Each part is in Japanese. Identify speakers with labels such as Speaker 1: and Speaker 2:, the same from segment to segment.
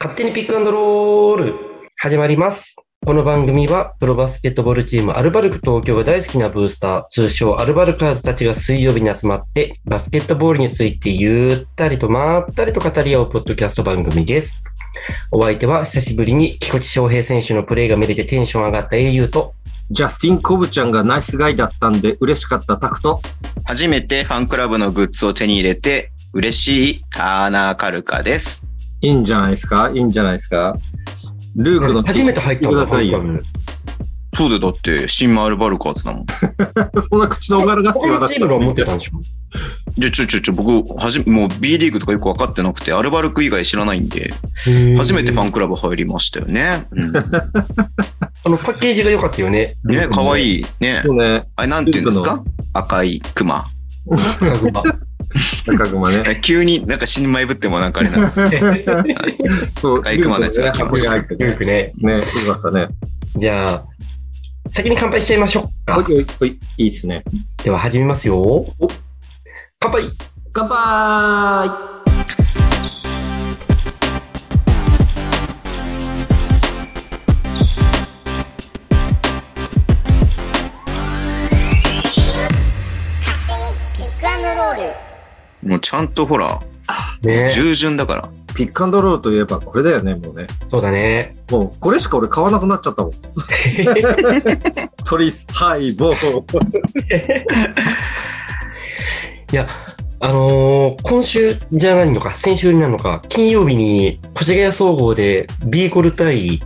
Speaker 1: 勝手にピックアンドロール始まります。この番組はプロバスケットボールチームアルバルク東京が大好きなブースター、通称アルバルカーズたちが水曜日に集まってバスケットボールについてゆったりとまったりと語り合うポッドキャスト番組です。お相手は久しぶりに菊池翔平選手のプレーが見れてテンション上がった英雄と、
Speaker 2: ジャスティン・コブちゃんがナイスガイだったんで嬉しかったタクト。
Speaker 3: 初めてファンクラブのグッズを手に入れて嬉しいターナーカルカです。
Speaker 2: いいんじゃないですかいいんじゃないですかルークの T
Speaker 1: 初めて入った
Speaker 2: 着てくださいよ。
Speaker 1: こ
Speaker 3: そうで、だって、新マールバルカーズだもん。
Speaker 2: そんな口のおがるがって言
Speaker 1: の
Speaker 2: わなく
Speaker 1: チ
Speaker 2: て
Speaker 1: ームが思ってたんでしょ
Speaker 3: で、ちょちょちょ、僕、はじ、もう B リーグとかよくわかってなくて、アルバルク以外知らないんで、初めてファンクラブ入りましたよね。 うん、
Speaker 1: あのパッケージが良かったよね。
Speaker 3: ね、かわいい。ね
Speaker 2: そ。うね、
Speaker 3: あれ、なんて言うんですか赤いクマ。
Speaker 1: カグマ
Speaker 2: 中熊ね。
Speaker 3: え急になんか新米ぶってもなんかあれなん です。
Speaker 2: そう、
Speaker 3: 赤い熊のやつが
Speaker 2: ルークのね
Speaker 3: 来ま
Speaker 2: 箱に
Speaker 3: した
Speaker 2: 入って
Speaker 1: よ
Speaker 2: ね。
Speaker 1: くね。
Speaker 2: ね、よかったね。
Speaker 1: じゃあ、先に乾杯しちゃいましょう
Speaker 2: お
Speaker 1: か。
Speaker 2: いおいおい、いいですね。
Speaker 1: では始めますよ。乾杯
Speaker 2: 乾杯
Speaker 4: ピックアンドロール
Speaker 3: もうちゃんとほら、
Speaker 1: ね
Speaker 3: 従順だから。
Speaker 2: ピックアンドロールといえばこれだよね、もうね。
Speaker 1: そうだね。
Speaker 2: もう、これしか俺買わなくなっちゃったもん。トリス、ハイボー。
Speaker 1: いや、あのー今週じゃないのか、先週になるのか、金曜日に越谷総合でビーコル対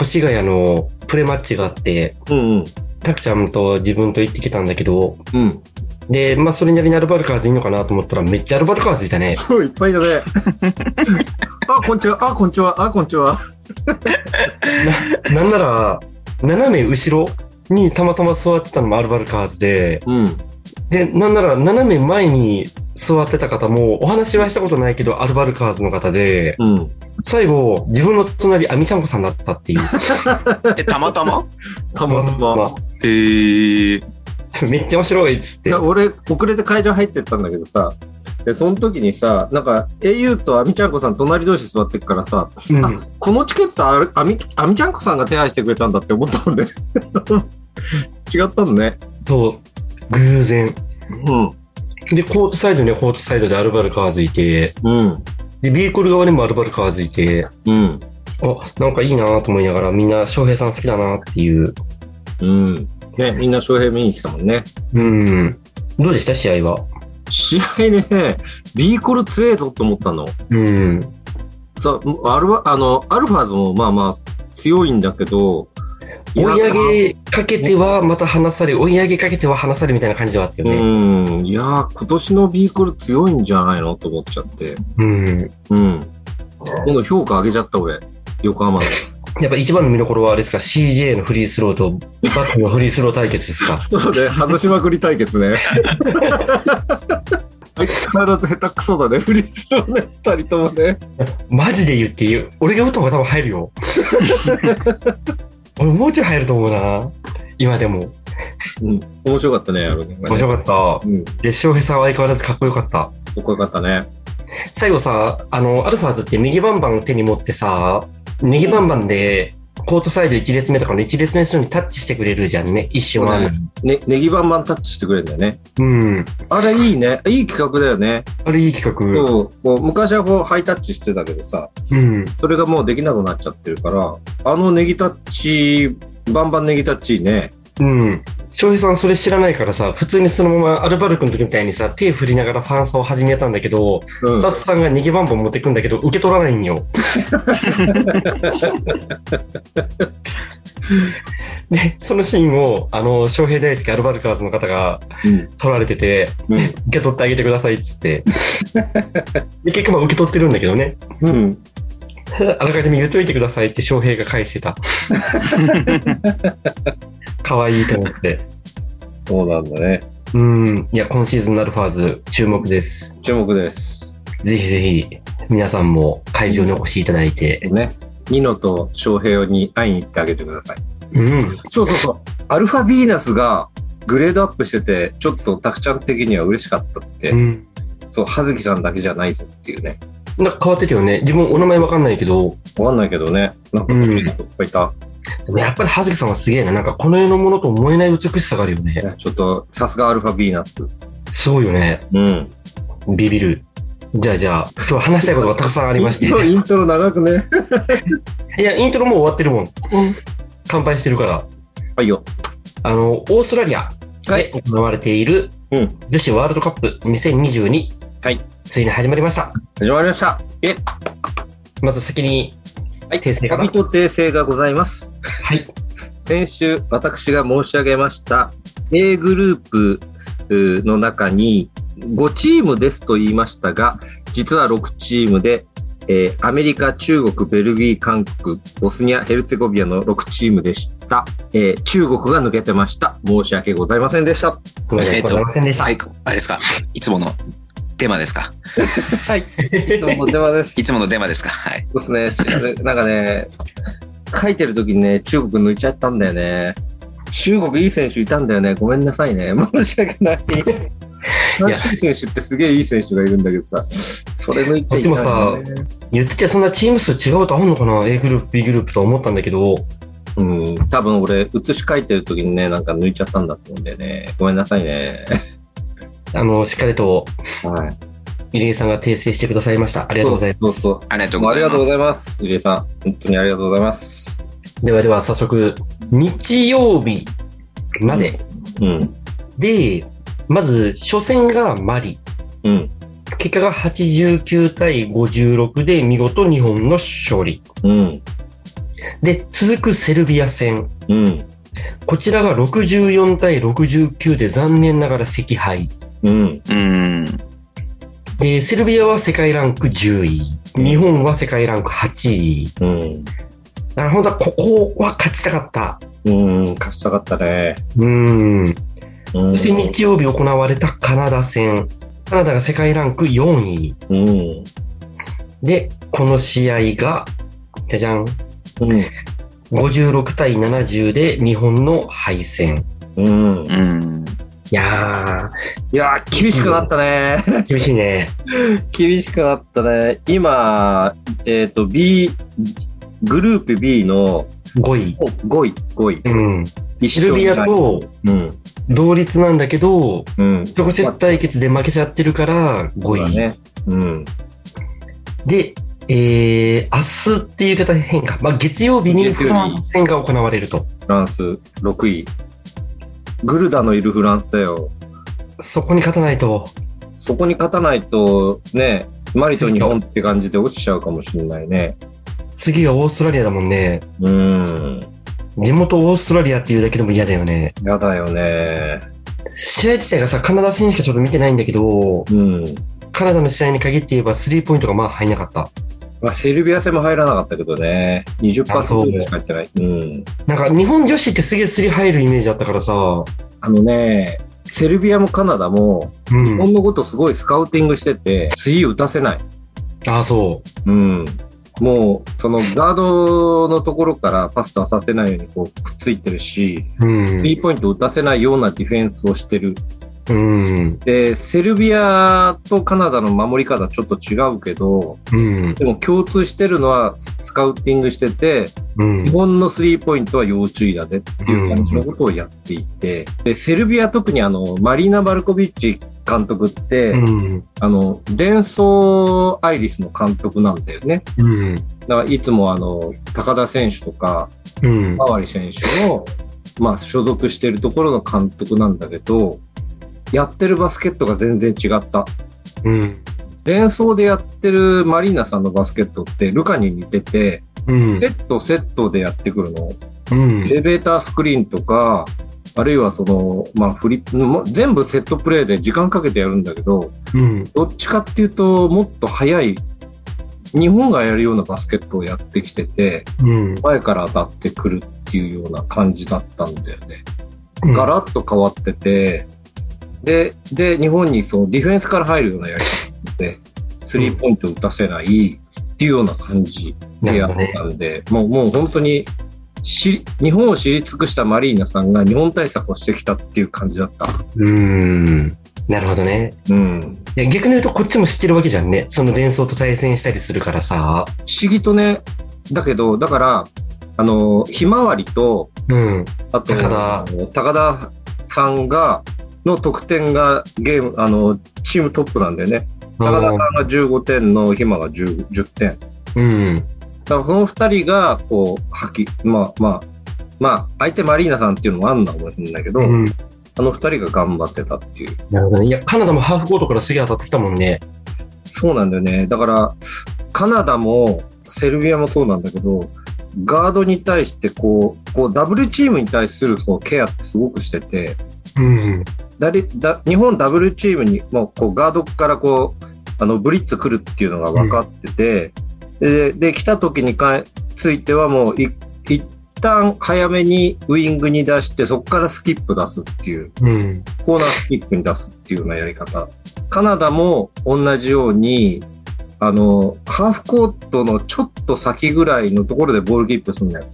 Speaker 1: 越谷のプレマッチがあって、
Speaker 2: うんうん。
Speaker 1: たくちゃんと自分と行ってきたんだけど、
Speaker 2: うん。
Speaker 1: で、まあ、それなりにアルバルカーズいいのかなと思ったら、めっちゃアルバルカーズいた ね。
Speaker 2: そう、いっぱいいたね。あ、こんにちは。あ、こんにちは。あ、こんにちは。
Speaker 1: ななんなら、斜め後ろにたまたま座ってたのもアルバルカーズで、
Speaker 2: うん。
Speaker 1: で、なんなら斜め前に座ってた方も、お話はしたことないけど、アルバルカーズの方で、
Speaker 2: うん。
Speaker 1: 最後、自分の隣、アミちゃんこさんだったっていう。
Speaker 3: え、たまたま
Speaker 2: たまたま。
Speaker 3: へー。
Speaker 1: めっちゃ面白いっつっ
Speaker 2: い
Speaker 1: て。
Speaker 2: や俺遅れて会場入ってったんだけどさでその時にさなんか au とあみちゃんこさん隣同士座ってっからさ
Speaker 1: うん、
Speaker 2: このチケットあるあみあみちゃんこさんが手配してくれたんだって思ったもんね 違ったのね
Speaker 1: そう、偶然。
Speaker 2: うん
Speaker 1: で、コートサイドにはコートサイドでアルバルカーズいて、
Speaker 2: うん
Speaker 1: で、ビーコル側にもアルバルカーズいて、
Speaker 2: うん
Speaker 1: あ、なんかいいなと思いながら、みんな翔平さん好きだなっていう。
Speaker 2: うんねみんな翔平見に来たもんね
Speaker 1: うん。どうでした試合は。
Speaker 2: 試合ね B コル強えぞと思ったの
Speaker 1: うん。
Speaker 2: さアルバあのアルファーズもまあまあ強いんだけど
Speaker 1: 追い上げかけてはまた離され、追い上げかけては離されみたいな感じはあったよね。
Speaker 2: うんいやー今年の B コル強いんじゃないのと思っちゃって
Speaker 1: うん。
Speaker 2: うん。今度評価上げちゃった俺、横浜の。
Speaker 1: やっぱ一番の見どころはあれですか、CJ のフリースローとバックのフリースロー対決です か。
Speaker 2: そうね、外しまくり対決 ね。相変わらず下手くそだね、フリースローね、二人ともね。
Speaker 1: マジで言っていい俺が打った方が多分入る よ。俺もうちょい入ると思うな。今でも。
Speaker 2: うん、面白かったね、あのね。
Speaker 1: 面白かっ
Speaker 2: うん、か
Speaker 1: た。で、翔平さんは相変わらずかっこよかった。
Speaker 2: っこよかったね。
Speaker 1: 最後さ、あの、アルファーズって右バンバンを手に持ってさ、右バンバンで、コートサイド1列目とかの1列目の人にタッチしてくれるじゃんね。一瞬は。
Speaker 2: ね、ネギバンバンタッチしてくれるんだよね。
Speaker 1: うん。
Speaker 2: あれいいね。いい企画だよね。
Speaker 1: あれいい企画。
Speaker 2: そうこう昔はこうハイタッチしてたけどさ、
Speaker 1: うん。
Speaker 2: それがもうできなくなっちゃってるから、あのネギタッチ、バンバンネギタッチいいね。
Speaker 1: うん。翔平さんそれ知らないからさ、普通にそのままアルバルクの時みたいにさ、手振りながらファンサを始めたんだけど、
Speaker 2: う
Speaker 1: ス
Speaker 2: ん
Speaker 1: タッ。フさんが逃げバンバン持ってくんだけど、受け取らない んよ。で、そのシーンを、あの、翔平大好きアルバルカーズの方が
Speaker 2: うん
Speaker 1: 撮られてて、
Speaker 2: うん
Speaker 1: 受け取ってあげてくださいっつ って。で、結局まあ受け取ってるんだけどね。
Speaker 2: うん。
Speaker 1: あらかじめ言っといてくださいって翔平が返してた。可愛いと思って。
Speaker 2: そうなんだね。
Speaker 1: うん。いや、今シーズンのアルファーズ、注目です。
Speaker 2: 注目です。
Speaker 1: ぜひぜひ、皆さんも会場にお越しいただいて。
Speaker 2: ね。ニノと翔平に会いに行ってあげてください。
Speaker 1: うん。
Speaker 2: そうそうそう。アルファビーナスがグレードアップしてて、ちょっとタクちゃん的には嬉しかったって、
Speaker 1: うん。
Speaker 2: そう、葉月さんだけじゃないぞっていうね。
Speaker 1: なんか変わってたよね。自分お名前わかんないけど、
Speaker 2: わかんないけどね。なんか、
Speaker 1: うん
Speaker 2: いっぱいいた。
Speaker 1: でもやっぱり葉月さんはすげえな。なんかこの世のものと思えない美しさがあるよね
Speaker 2: い。やちょっと、さすがアルファビーナス。
Speaker 1: すごいよね。
Speaker 2: うん。
Speaker 1: ビビる。じゃあじゃあ、今日話したいことがたくさんありまして。
Speaker 2: 今日イントロ長くね。
Speaker 1: いや、イントロもう終わってるもん。乾杯してるから。
Speaker 2: はいよ。
Speaker 1: あの、オーストラリアで行われている
Speaker 2: うん。
Speaker 1: 女子ワールドカップ2022。
Speaker 2: はい。
Speaker 1: ついに始まりました。
Speaker 2: 始まりました。え、
Speaker 1: まず先に、
Speaker 2: はい
Speaker 1: 訂正か
Speaker 2: カ
Speaker 1: な
Speaker 2: ビ。と訂正がございます。
Speaker 1: はい。
Speaker 2: 先週、私が申し上げました、A グループうーの中に、5チームですと言いましたが、実は6チームで、えーアメリカ、中国、ベルギー、韓国、ボスニア、ヘルツェゴビアの6チームでした。えー中国が抜けてました。申し訳ございませんでした。
Speaker 1: ごめんなさい。
Speaker 3: えー
Speaker 1: ご
Speaker 3: と
Speaker 1: ざいませんでした。
Speaker 3: はい、あれですか。いつものデマですか。
Speaker 2: はい。どうも、電話です
Speaker 3: い。つものデマですか。はい。
Speaker 2: そうですね知らない。なんかね、書いてる時にね、中国抜いちゃったんだよね。中国いい選手いたんだよね。ごめんなさいね。 申し訳ない。
Speaker 1: や
Speaker 2: 楽しい選手ってすげえいい選手がいるんだけどさ、それ抜いちゃいけないんだよね。
Speaker 1: 言ってて、そんなチーム数違うと合うのかな ?A グループ、B グループと思ったんだけど、
Speaker 2: うん、多分俺、写し書いてる時にね、なんか抜いちゃったんだと思うんだよね。ごめんなさいね。
Speaker 1: あの、しっかりと、
Speaker 2: はい。
Speaker 1: ゆりえさんが訂正してくださいました。あ
Speaker 2: あ
Speaker 1: りがとうございます。
Speaker 2: そうそう
Speaker 3: ありがと
Speaker 2: ど
Speaker 3: う
Speaker 2: うも
Speaker 3: ご
Speaker 2: あ
Speaker 3: ざ
Speaker 2: りが
Speaker 3: い
Speaker 2: とう
Speaker 3: ま
Speaker 2: ござい
Speaker 3: す。
Speaker 2: ます。入江さん、本当にありがとうございます。
Speaker 1: ではでは、早速、日曜日まで。
Speaker 2: うん、
Speaker 1: で、まず、初戦がマリ。
Speaker 2: うん、
Speaker 1: 結果が89対56で見事日本の勝利。
Speaker 2: うん、
Speaker 1: で、続くセルビア戦。
Speaker 2: うん、
Speaker 1: こちらが64対69で残念ながら惜敗。
Speaker 2: うん、
Speaker 3: うん。
Speaker 1: で、セルビアは世界ランク10位。日本は世界ランク8位。
Speaker 2: うん、
Speaker 1: だから本当はここは勝ちたかった。
Speaker 2: うん、勝ちたかったね。
Speaker 1: うん。
Speaker 2: そ
Speaker 1: そして日曜日行われたカナダ戦。カナダが世界ランク4位。
Speaker 2: うん。
Speaker 1: で、この試合が、じゃじゃん。
Speaker 2: うん。
Speaker 1: 56対70で日本の敗戦。
Speaker 2: うん。
Speaker 3: うん。
Speaker 1: いや
Speaker 2: いやー、厳しくなったね。
Speaker 1: ー、厳しいね。
Speaker 2: 厳しくなったね。今、えっ、と、B、グループ B の
Speaker 1: 5位。
Speaker 2: 5位、5位。
Speaker 1: うん。セ
Speaker 2: 一
Speaker 1: ル
Speaker 2: 緒に
Speaker 1: ビアと
Speaker 2: うん。
Speaker 1: 同率なんだけど、
Speaker 2: うん。
Speaker 1: 直接対決で負けちゃってるから
Speaker 2: そうだ
Speaker 1: 5位。
Speaker 2: ね。うん。
Speaker 1: で、えー、明日っていう言い方変か。まあ、月曜日にフランス戦が行われると。
Speaker 2: フランス、6位。グルダのいるフランスだよ。
Speaker 1: そこに勝たないと。
Speaker 2: そこに勝たないと、ね、マリと日本って感じで落ちちゃうかもしれないね。
Speaker 1: 次がオーストラリアだもんね。
Speaker 2: うん。
Speaker 1: 地元オーストラリアっていうだけでも嫌だよね。
Speaker 2: やだよね。
Speaker 1: 試合自体がさ、カナダ戦しかちょっと見てないんだけど、
Speaker 2: うん。
Speaker 1: カナダの試合に限って言えばスリーポイントがまあ入んなかった。
Speaker 2: まあ、セルビア戦も入らなかったけどね、
Speaker 1: あそう
Speaker 2: 20%ぐらいしか入ってない。うん。
Speaker 1: なんか日本女子ってすげえスリー入るイメージあったからさ。
Speaker 2: あのね、セルビアもカナダも、
Speaker 1: う
Speaker 2: 日
Speaker 1: ん。
Speaker 2: 本のことすごいスカウティングしてて、スリー打たせない。
Speaker 1: ああ、そう。
Speaker 2: うん。もう、そのガードのところからパス出させないようにこうくっついてるし、
Speaker 1: うん
Speaker 2: ス。リーポイント打たせないようなディフェンスをしてる。
Speaker 1: うん。
Speaker 2: で、セルビアとカナダの守り方ちょっと違うけど、
Speaker 1: うん。
Speaker 2: でも共通してるのはスカウティングしてて、
Speaker 1: うん
Speaker 2: 日。本のスリーポイントは要注意だぜっていう感じのことをやっていて、でセルビア特にあのマリーナ・バルコビッチ監督って、
Speaker 1: うん。
Speaker 2: あの伝送アイリスの監督なんだよね。
Speaker 1: うん。
Speaker 2: だからいつもあの高田選手とか
Speaker 1: うん。
Speaker 2: マワリ選手の、まあ、所属してるところの監督なんだけど、やってるバスケットが全然違った。
Speaker 1: うん。
Speaker 2: 伝送でやってるマリーナさんのバスケットってルカに似てて、
Speaker 1: うん
Speaker 2: セ。ットセットでやってくるの。
Speaker 1: うん
Speaker 2: エレベータースクリーンとか、あるいはその、まあ、フリップもう全部セットプレーで時間かけてやるんだけど、
Speaker 1: うん。
Speaker 2: どっちかっていうと、もっと速い、日本がやるようなバスケットをやってきてて、
Speaker 1: うん。
Speaker 2: 前から当たってくるっていうような感じだったんだよね。
Speaker 1: うん
Speaker 2: ガラッと変わってて、で、で、日本にそのディフェンスから入るようなやり方で、スリーポイント打たせないっていうような感じ
Speaker 1: な
Speaker 2: で
Speaker 1: る
Speaker 2: や
Speaker 1: ほどね
Speaker 2: ったんで、もう、もう本当にし、日本を知り尽くしたマリーナさんが日本対策をしてきたっていう感じだった。
Speaker 1: うーん。なるほどね。
Speaker 2: うん。
Speaker 1: いや逆に言うとこっちも知ってるわけじゃんね。その伝送と対戦したりするからさ。
Speaker 2: 不思議とね、だけど、だから、あの、ひまわりと、
Speaker 1: うん。
Speaker 2: あと、
Speaker 1: 高
Speaker 2: 高田さんが、の得点がゲーム、あの、チームトップなんだよね。高田さんが15点のひまが 10, 10点。
Speaker 1: うん。
Speaker 2: だからこの二人が、こう、はき、まあまあ、まあ、相手マリーナさんっていうのもあんのかもしれないけど、
Speaker 1: うん。
Speaker 2: あの二人が頑張ってたっていう。
Speaker 1: なるほどね。いや、カナダもハーフコートからすげえ当たってきたもんね。
Speaker 2: そうなんだよね。だから、カナダもセルビアもそうなんだけど、ガードに対してこう、こうダブルチームに対するそのケアってすごくしてて、
Speaker 1: うん。
Speaker 2: 誰だ日本ダブルチームに、もうこうガードからこう、あのブリッツ来るっていうのが分かってて、でで、来た時にかついてはもうい、一旦早めにウイングに出して、そこからスキップ出すっていう。
Speaker 1: うん。
Speaker 2: コーナースキップに出すっていうようなやり方。カナダも同じように、あの、ハーフコートのちょっと先ぐらいのところでボールキープするんだよ。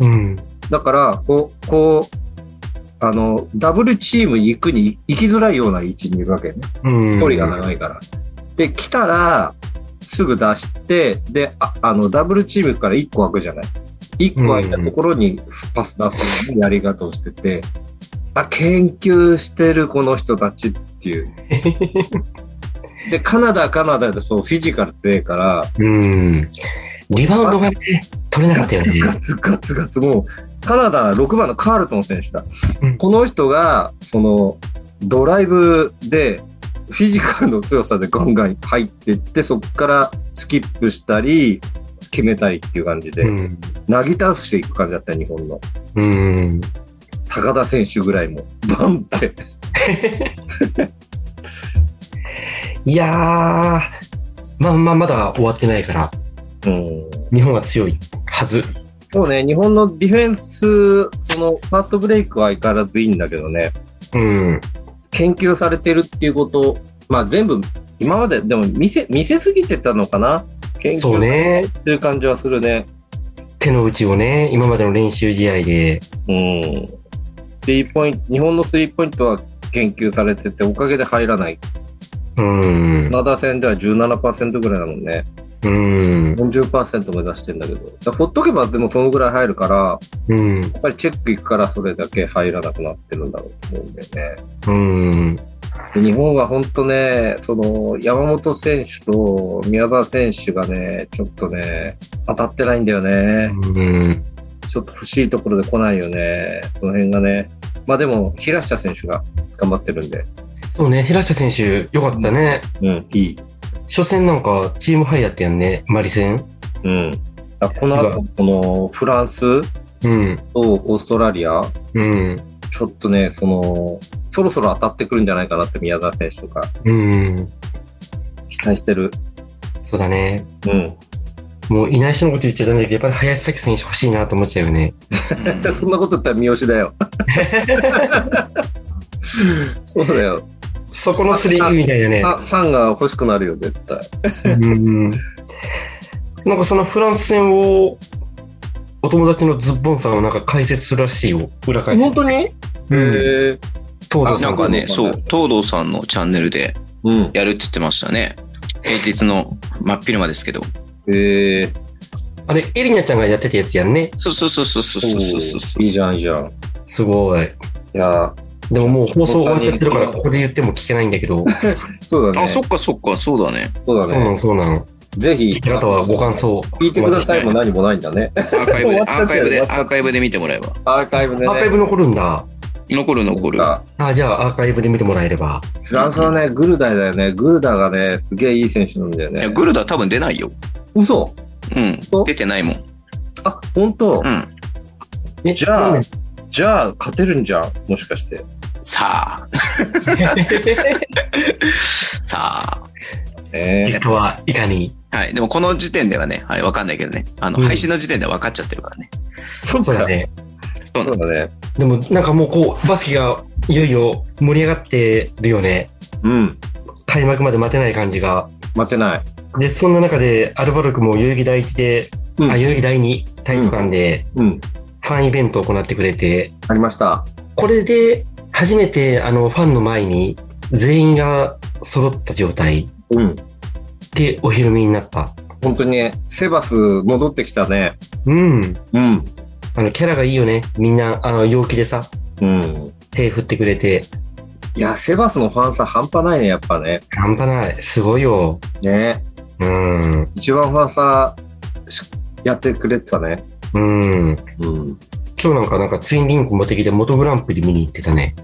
Speaker 1: うん。
Speaker 2: だから、こう、こう、あの、ダブルチームに行くに行きづらいような位置にいるわけね。
Speaker 1: うん。
Speaker 2: 距離が長いから。で、来たら、すぐ出して、で、ああの、ダブルチームから1個開くじゃない。1個開いたところにパス出すやり方をしてて、あ、研究してるこの人たちっ ていう。で、カナダはカナダでそう、フィジカル強いから、
Speaker 1: うん。リバウンドがね、取れなかったよね。
Speaker 2: ガツガツガツ、もう、カナダは6番のカールトン選手だ。
Speaker 1: うん
Speaker 2: この人が、その、ドライブで、フィジカルの強さでガンガン入っていって、そこからスキップしたり、決めたりっていう感じで、
Speaker 1: うん。
Speaker 2: なぎ倒していく感じだったよ、日本の。
Speaker 1: うん。
Speaker 2: 高田選手ぐらいも、バンって。
Speaker 1: いやー、まあまあまだ終わってないから、
Speaker 2: うん
Speaker 1: 日本は強いはず。
Speaker 2: そうね、日本のディフェンス、その、ファーストブレイクは相変わらずいいんだけどね。
Speaker 1: うん。
Speaker 2: 研究されてるっていうこと、まあ、全部、今まで、でも見せ、見せすぎてたのかな研究
Speaker 1: そう
Speaker 2: され
Speaker 1: ね。
Speaker 2: てる感じはするね。
Speaker 1: 手の内をね、今までの練習試合で。
Speaker 2: うん。スリーポイント、日本のスリーポイントは研究されてて、おかげで入らない。
Speaker 1: うん。
Speaker 2: カナダ戦では17%ぐらいだもんね。
Speaker 1: うん。
Speaker 2: 40%目指してんだけど。だからほっとけばでもそのぐらい入るから、
Speaker 1: うん。
Speaker 2: やっぱりチェック行くからそれだけ入らなくなってるんだろうと思うんだよね。
Speaker 1: うん。
Speaker 2: で日本は本当ね、その山本選手と宮澤選手がね、ちょっとね、当たってないんだよね。
Speaker 1: うん。
Speaker 2: ちょっと欲しいところで来ないよね。その辺がね。まあでも、平下選手が頑張ってるんで、
Speaker 1: そうね、平下選手、よかったね。
Speaker 2: うん、いい。
Speaker 1: 初戦なんか、チームハイだったよね、マリ戦。
Speaker 2: うん。だこの後、そのフランスと
Speaker 1: うん。
Speaker 2: オーストラリア、
Speaker 1: うん。
Speaker 2: ちょっとね、その、そろそろ当たってくるんじゃないかなって宮澤選手とか
Speaker 1: うん。
Speaker 2: 期待してる。
Speaker 1: そうだね。
Speaker 2: うん。
Speaker 1: もういない人のこと言っちゃったんだけど、やっぱり林崎選手欲しいなと思っちゃうよね。
Speaker 2: でそんなこと言ったら三好 だよ。そうだよ。
Speaker 1: そこのスリーみたいなね。
Speaker 2: あ、サンが欲しくなるよ、絶対。
Speaker 1: うん。なんかそのフランス戦を、お友達のズッボンさんはなんか解説するらしいよ。裏解説。
Speaker 2: 当に
Speaker 1: うん。
Speaker 2: え
Speaker 1: 東堂さ
Speaker 3: なんんかね、そう、東堂さんのチャンネルで
Speaker 2: うん。
Speaker 3: やるって言ってましたね。平日の真っ昼間ですけど。
Speaker 2: ええ
Speaker 1: あれ、エリナちゃんがやってたやつやんね。
Speaker 3: そうそうそうそうそうそうそうそう。
Speaker 2: いいじゃん、いいじゃん。い
Speaker 1: すごい。
Speaker 2: や
Speaker 1: でももう放送終わっちゃってるから、ここで言っても聞けないんだけど。
Speaker 2: ーそうだね。
Speaker 3: あ、そっかそっか、そうだ ね。
Speaker 2: そ
Speaker 1: そう
Speaker 2: うだ
Speaker 1: なの、
Speaker 2: ね。
Speaker 1: そうなの。
Speaker 2: ぜひ、
Speaker 1: あなたはご感想。
Speaker 2: 聞いてくださいも何もないんだ ね。
Speaker 3: アーカイブで、
Speaker 2: 終わっ
Speaker 3: ア
Speaker 2: ちゃ
Speaker 3: ー
Speaker 2: った
Speaker 3: カ
Speaker 2: よ
Speaker 3: イブで、
Speaker 2: 終わっちゃった
Speaker 3: アーカイブで見てもらえば。
Speaker 2: アーカイブでね。
Speaker 1: アーカイブ残るんだ。
Speaker 3: 残る残る。
Speaker 2: あ
Speaker 1: あ、じゃあアーカイブで見てもらえれば。
Speaker 2: フランスはね、グルダイだよね。グルダがね、すげえいい選手なんだよ
Speaker 3: い
Speaker 2: ね
Speaker 3: や、。グルダ多分出ないよ。
Speaker 2: 嘘
Speaker 3: うん
Speaker 2: お。
Speaker 3: 出てないもん。
Speaker 2: あ、本当、
Speaker 3: うん。
Speaker 1: え
Speaker 2: じゃあ
Speaker 1: なんで
Speaker 2: じゃあ、勝てるんじゃんもしかして。
Speaker 3: さあ、さ
Speaker 2: ええ
Speaker 1: 人はいかに。
Speaker 3: あ。はい。でもこの時点ではね、はい、わかんないけどね。あの、
Speaker 1: うん
Speaker 3: 配信の時点では分かっちゃってるからね。
Speaker 2: そっ
Speaker 1: そうだ
Speaker 2: か。
Speaker 1: ね。
Speaker 3: そう
Speaker 2: そうだね。
Speaker 1: でもなんかもうこう、バスケがいよいよ盛り上がってるよね。
Speaker 2: うん。
Speaker 1: 開幕まで待てない感じが。
Speaker 2: 待てない。
Speaker 1: で、そんな中で、アルバルクも代々木第一で、
Speaker 2: うん
Speaker 1: あ、代々木第二体育館で、
Speaker 2: うん。
Speaker 1: ファンイベントを行ってくれて、
Speaker 2: ありました。
Speaker 1: これで、初めて、あの、ファンの前に、全員が揃った状態
Speaker 2: うん。
Speaker 1: でお披露目になった。
Speaker 2: 本当にね、セバス戻ってきたね。
Speaker 1: うん。
Speaker 2: うん。
Speaker 1: あの、キャラがいいよね。みんな、あの、陽気でさ、
Speaker 2: うん。
Speaker 1: 手振ってくれて。
Speaker 2: いや、セバスのファンさ半端ないね、やっぱね。
Speaker 1: 半端ない。すごいよ。
Speaker 2: ね。
Speaker 1: うん。
Speaker 2: 一番ファンさしやってくれてたね。
Speaker 1: うん。
Speaker 2: うん。
Speaker 1: 今日なんか、なんか、ツインリンクモテキで元グランプリ見に行ってたね。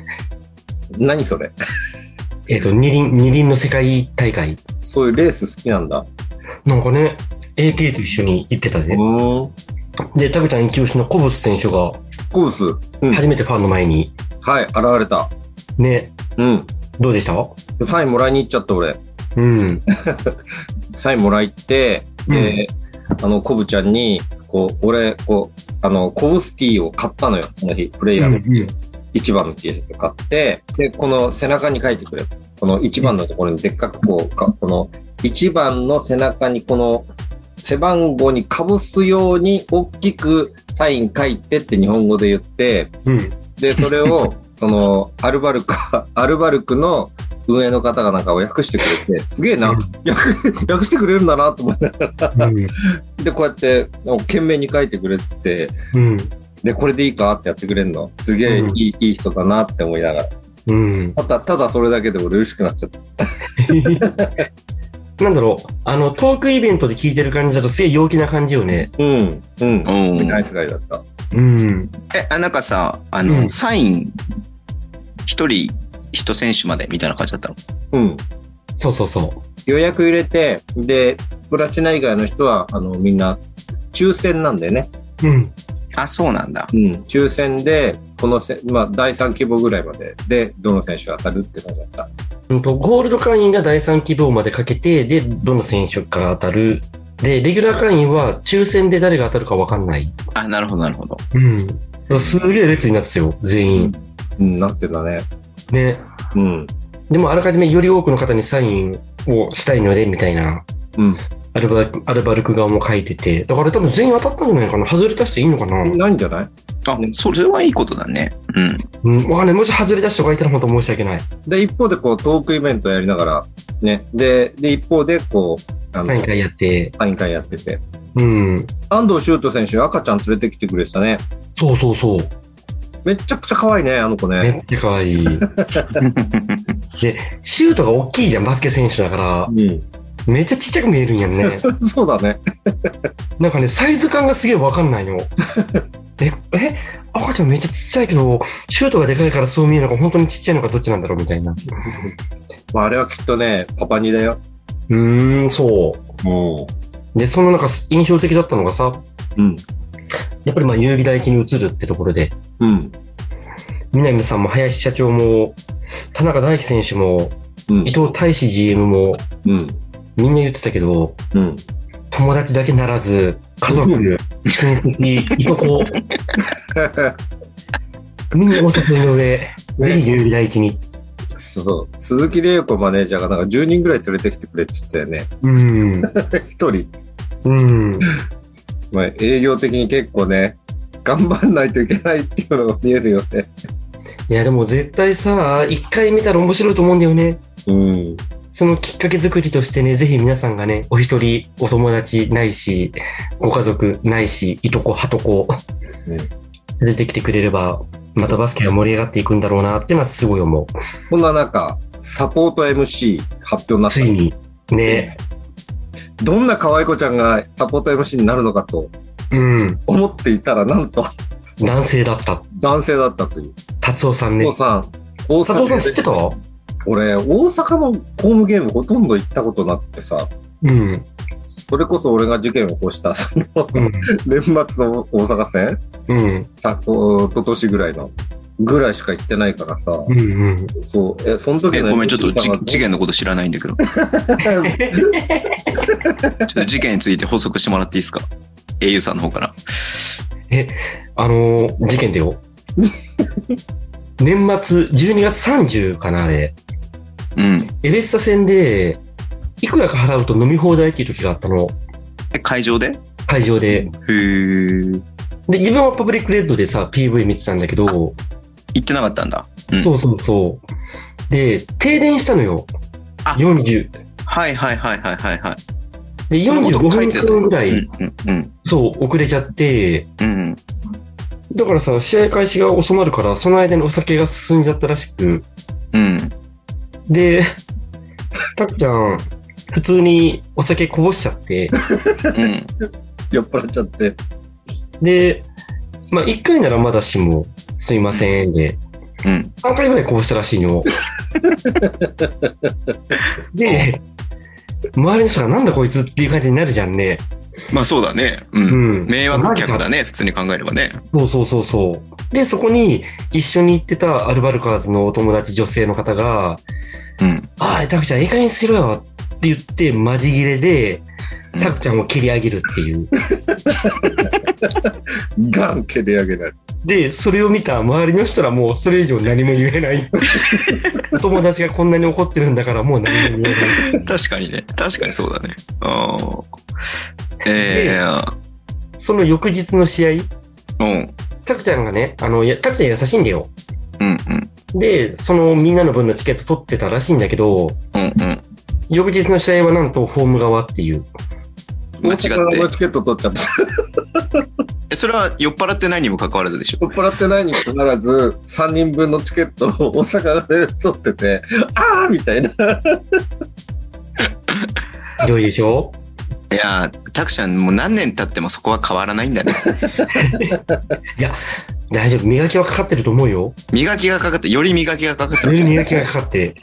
Speaker 2: 何それ
Speaker 1: えっ、と、二輪、二輪の世界大会。
Speaker 2: そういうレース好きなんだ。
Speaker 1: なんかね、AK と一緒に行ってた
Speaker 2: う
Speaker 1: ね。
Speaker 2: ーん。
Speaker 1: で、タグちゃん一押しのコブス選手が、
Speaker 2: コース。うん。
Speaker 1: 初めてファンの前に、
Speaker 2: はい、現れた。
Speaker 1: ね、
Speaker 2: うん。
Speaker 1: どうでした
Speaker 2: サインもらいに行っちゃった、俺。
Speaker 1: うん。
Speaker 2: サインもらいって、で、あの、コブちゃんに、こう、俺、こう、あの、コブスティーを買ったのよ、その日、プレイ
Speaker 1: う
Speaker 2: ヤ
Speaker 1: ん
Speaker 2: ーで。一番の T シャツ買って、で、この背中に書いてくれ。この一番のところにでっかくこう、かこの一番の背中にこの背番号にかぶすように大きくサイン書いてって日本語で言って、
Speaker 1: うん。
Speaker 2: で、それを、その、アルバルク、アルバルクの運営の方がなんかを訳してくれて、すげえな、訳、訳してくれるんだなと思って、
Speaker 1: うん。
Speaker 2: で、こうやって、懸命に書いてくれてて、
Speaker 1: うん。
Speaker 2: で、これでいいかってやってくれるの。すげえいい、いい人だなって思いながら。
Speaker 1: うん。
Speaker 2: ただ、ただそれだけで俺嬉しくなっちゃった。
Speaker 1: なんだろう、あの、トークイベントで聞いてる感じだとすげえ陽気な感じよね。
Speaker 2: うん。うん。
Speaker 3: うん
Speaker 2: ナイスガイだった。
Speaker 1: うん。
Speaker 3: え、あなんかさ、あ
Speaker 1: う
Speaker 3: の、
Speaker 1: ん
Speaker 3: サイン、一人、一選手までみたいな感じだったの
Speaker 2: うん。
Speaker 1: そうそうそう。
Speaker 2: 予約入れて、で、プラチナ以外の人は、あの、みんな、抽選なんでね。
Speaker 1: うん。
Speaker 3: あ、そうなんだ。
Speaker 2: うん。抽選で、このせ、まあ、第3希望ぐらいまで、で、どの選手が当たるって感じだった。
Speaker 1: うんと、ゴールド会員が第3希望までかけて、で、どの選手か当たる。で、レギュラー会員は抽選で誰が当たるかわかんない。
Speaker 3: あ、なるほど、なるほど。
Speaker 1: うん。すげえ列になってたよ、全員。
Speaker 2: うん、なってたね。
Speaker 1: ね。
Speaker 2: うん。
Speaker 1: でも、あらかじめより多くの方にサインをしたいので、みたいな。
Speaker 2: うん。
Speaker 1: アルバアルバルク側も書いてて。だから多分全員当たったんじゃないかな。外れた人いいのかな
Speaker 2: ないんじゃない
Speaker 3: あ、それはいいことだね。うん。
Speaker 1: うん。わかんない。もし外れた人がいたら本当申し訳ない。
Speaker 2: で、一方で、こう、トークイベントやりながら、ね。で、で、一方で、こう、あ
Speaker 1: サイン
Speaker 2: の、
Speaker 1: 会やって。
Speaker 2: サイン会やってて。
Speaker 1: うん。
Speaker 2: 安藤修斗選手、赤ちゃん連れてきてくれてたね。
Speaker 1: そうそうそう。
Speaker 2: めっちゃくちゃ可愛いね、あの子
Speaker 1: め
Speaker 2: ね。
Speaker 1: っちゃ可愛い。で、シュートが大きいじゃん、バスケ選手だから。
Speaker 2: う
Speaker 1: めっちゃちっちゃく見えるんや んね。
Speaker 2: ん。そうだね。
Speaker 1: なんかね、サイズ感がすげえわかんないの。え、え、赤ちゃんめっちゃちっちゃいけど、シュートがでかいからそう見えるのか、本当にちっちゃいのかどっちなんだろうみたいな。
Speaker 2: まあ、あれはきっとね、パパにだよ。
Speaker 1: うーん、そ
Speaker 2: も
Speaker 1: う。で、そんな中、印象的だったのがさ、
Speaker 2: う。うん。
Speaker 1: やっぱりまあ、遊戯台地に移るってところで、
Speaker 2: うん。
Speaker 1: 南さんも林社長も、田中大輝選手も、
Speaker 2: うん
Speaker 1: 伊。藤大志 GM も、
Speaker 2: うん。
Speaker 1: みんな言ってたけど、
Speaker 2: うん。
Speaker 1: 友達だけならず、家族、親戚、いとこ、みんなお誘いの上、ぜひ遊戯第一に。
Speaker 2: そう。鈴木玲子マネージャーがなんか10人ぐらい連れてきてくれって言ったよね。
Speaker 1: うん。
Speaker 2: 一人。
Speaker 1: うん。
Speaker 2: まあ、営業的に結構ね、頑張んないといけないっていうのが見えるよね。
Speaker 1: いや、でも絶対さ、一回見たら面白いと思うんだよね。
Speaker 2: うん。
Speaker 1: そのきっかけ作りとしてね、ぜひ皆さんがね、お一人、お友達ないし、ご家族ないし、いとこ、はとこ、
Speaker 2: ね
Speaker 1: 連れてきてくれれば、またバスケが盛り上がっていくんだろうなっていうのはすごい思う。
Speaker 2: そんな中、サポート MC 発表になった。
Speaker 1: ついに、ね。
Speaker 2: どんな可愛い子ちゃんがサポート MC になるのかと
Speaker 1: うん。
Speaker 2: 思っていたら、なんと
Speaker 1: 男性だった。
Speaker 2: 男性だったという。
Speaker 1: 達夫さんね
Speaker 2: お。さん、
Speaker 1: 達
Speaker 2: 大
Speaker 1: 夫さ
Speaker 2: 阪
Speaker 1: ん知ってた
Speaker 2: 俺、大阪のホームゲームほとんど行ったことなくてさ、
Speaker 1: うん。
Speaker 2: それこそ俺が事件を起こした、 その、
Speaker 1: うん。
Speaker 2: 年末の大阪戦、
Speaker 1: うん。
Speaker 2: さ、おととしぐらいの、ぐらいしか行ってないからさ、
Speaker 1: うん。うん。
Speaker 2: そう、え、その時
Speaker 3: え、
Speaker 2: の
Speaker 3: ごめん、ちょっとじ
Speaker 2: 時
Speaker 3: 事件のこと知らないんだけど、ちょ
Speaker 2: 間
Speaker 3: っと事件について補足してもらっていいですか au さんの方から。
Speaker 1: あのー事件だ よ。年末、12月30かな、あれ。
Speaker 3: うん。
Speaker 1: エベッサ戦で、いくらか払うと飲み放題っていう時があったの。
Speaker 3: え、会場で
Speaker 1: 会場で。
Speaker 3: へー。
Speaker 1: で、自分はパブリックレッドでさ、PV 見てたんだけど、
Speaker 3: 行ってなかったんだ。うん
Speaker 1: そうそうそう。で、停電したのよ
Speaker 3: あ。
Speaker 1: 40。
Speaker 3: はいはいはいはいはいはい。
Speaker 1: で、
Speaker 3: そのこ
Speaker 1: 45
Speaker 3: と書いてたね
Speaker 1: 分くらい、
Speaker 3: うんうん
Speaker 1: そう、遅れちゃって、
Speaker 3: うんうん。
Speaker 1: だからさ、試合開始が遅まるから、その間にお酒が進んじゃったらしく、
Speaker 3: うん。
Speaker 1: で、たっちゃん、普通にお酒こぼしちゃって、
Speaker 3: うん。
Speaker 2: 酔っ払っちゃって。
Speaker 1: で、まあ、1回ならまだしも、すいません、で、
Speaker 3: うん。
Speaker 1: 3回ぐらいこぼしたらしい の。で、周りの人がなんだこいつっていう感じになるじゃんね。
Speaker 3: まあそうだね。う。
Speaker 1: うんん。
Speaker 3: 迷惑客だ
Speaker 1: ね。
Speaker 3: ね。普通に考えればね。
Speaker 1: そうそうそうそう。で、そこに一緒に行ってたアルバルカーズのお友達女性の方が、
Speaker 3: うん。
Speaker 1: ああ、タクちゃん、いい加減にしろよって言って、マジ切れで
Speaker 3: うん、
Speaker 1: タクちゃんを蹴り上げるっていう。
Speaker 2: ガン蹴り上げられる。
Speaker 1: で、それを見た周りの人らもうそれ以上何も言えない。 お友達がこんなに怒ってるんだからもう何も言えない。
Speaker 3: 確かにね。確かにそうだね。あーえ
Speaker 1: その翌日の試合、
Speaker 3: ー、うん。
Speaker 1: タクちゃんがね、あの、いやタクちゃん優しいんだよ。
Speaker 3: うんうん。
Speaker 1: で、そのみんなの分のチケット取ってたらしいんだけど、
Speaker 3: うんうん。
Speaker 1: 翌日の試合はなんとホーム側っていう。
Speaker 3: 間違
Speaker 2: 大阪
Speaker 3: っ
Speaker 2: の
Speaker 3: て。
Speaker 2: チケット取っちゃった。
Speaker 3: えそれは酔っ払ってないにもかかわらずでしょ。
Speaker 2: 酔っ払ってないにもかかわらず、3人分のチケットを大阪で取ってて、あーみたいな。
Speaker 1: ひどいでしょ
Speaker 3: いやー、タクちゃん、もう何年経ってもそこは変わらないんだ ね。
Speaker 1: 大丈夫。磨きはかかってると思うよ。
Speaker 3: 磨きがかかって、より磨きがかかって
Speaker 1: より
Speaker 3: る。
Speaker 1: 磨きがかかって。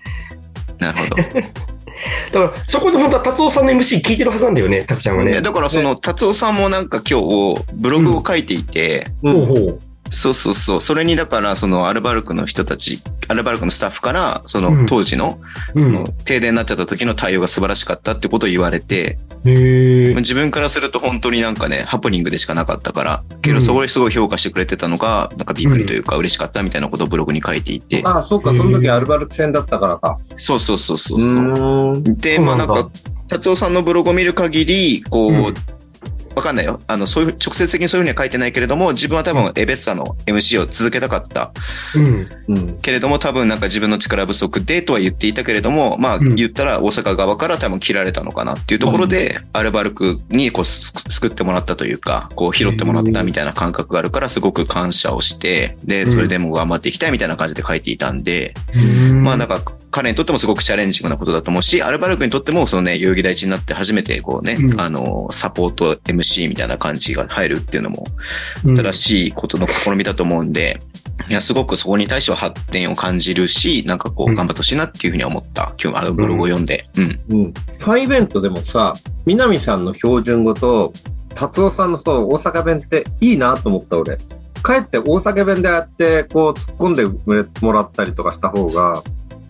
Speaker 3: なるほど。
Speaker 1: だから、そこで本当は達夫さんの MC 聞いてるはずなんだよね、タクちゃんはい
Speaker 3: や
Speaker 1: ね。
Speaker 3: だからその、達夫さんもなんか今日、ブログを書いていて、
Speaker 1: ほうほう。
Speaker 3: そうそうそう。それにだから、そのアルバルクの人たち、アルバルクのスタッフから、そうの
Speaker 1: ん
Speaker 3: 当時の、
Speaker 1: う
Speaker 3: そ
Speaker 1: ん
Speaker 3: の。停電になっちゃった時の対応が素晴らしかったってことを言われて、
Speaker 1: へえ。
Speaker 3: 自分からすると本当になんかね、ハプニングでしかなかったから、けど
Speaker 1: うん
Speaker 3: そこですごい評価してくれてたのが、なんかびっくりというか嬉しかったみたいなことをブログに書いていて、
Speaker 2: ああ、そうか、その時アルバルク戦だったからか。
Speaker 3: そうそうそうそううそう。
Speaker 2: ーん。
Speaker 3: で、
Speaker 1: そう
Speaker 3: ま
Speaker 1: な
Speaker 3: あ
Speaker 1: ん
Speaker 3: な
Speaker 1: だ
Speaker 3: んか、達夫さんのブログを見る限り、こう、
Speaker 1: うん
Speaker 3: わかんないよ。あの、そういう、直接的にそういうふうには書いてないけれども、自分は多分エベッサの MC を続けたかった。
Speaker 1: うん。
Speaker 2: うん。
Speaker 3: けれども、多分なんか自分の力不足でとは言っていたけれども、まあ
Speaker 1: うん
Speaker 3: 言ったら大阪側から多分切られたのかなっていうところで、アルバルクにこう、すす救ってもらったというか、こう拾ってもらったみたいな感覚があるから、すごく感謝をして、で、それでも頑張っていきたいみたいな感じで書いていたんで、まあなん
Speaker 1: か、
Speaker 3: か彼にとってもすごくチャレンジングなことだと思うし、アルバルクにとってもそのね、代々木第一になって初めてこうね、
Speaker 1: うん
Speaker 3: あの、サポート MC みたいな感じが入るっていうのも正しいことの試みだと思うんで、いや、すごくそこに対しては発展を感じるし、なんかこ
Speaker 1: う
Speaker 3: うん頑張ってほしいなっていうふうには思った。今日あのブログを読んで。うん。
Speaker 2: うん。ファイベントでもさ、南さんの標準語と、達夫さんのそう、大阪弁っていいなと思った俺。かえって大阪弁であって、こう、突っ込んでもらったりとかした方が、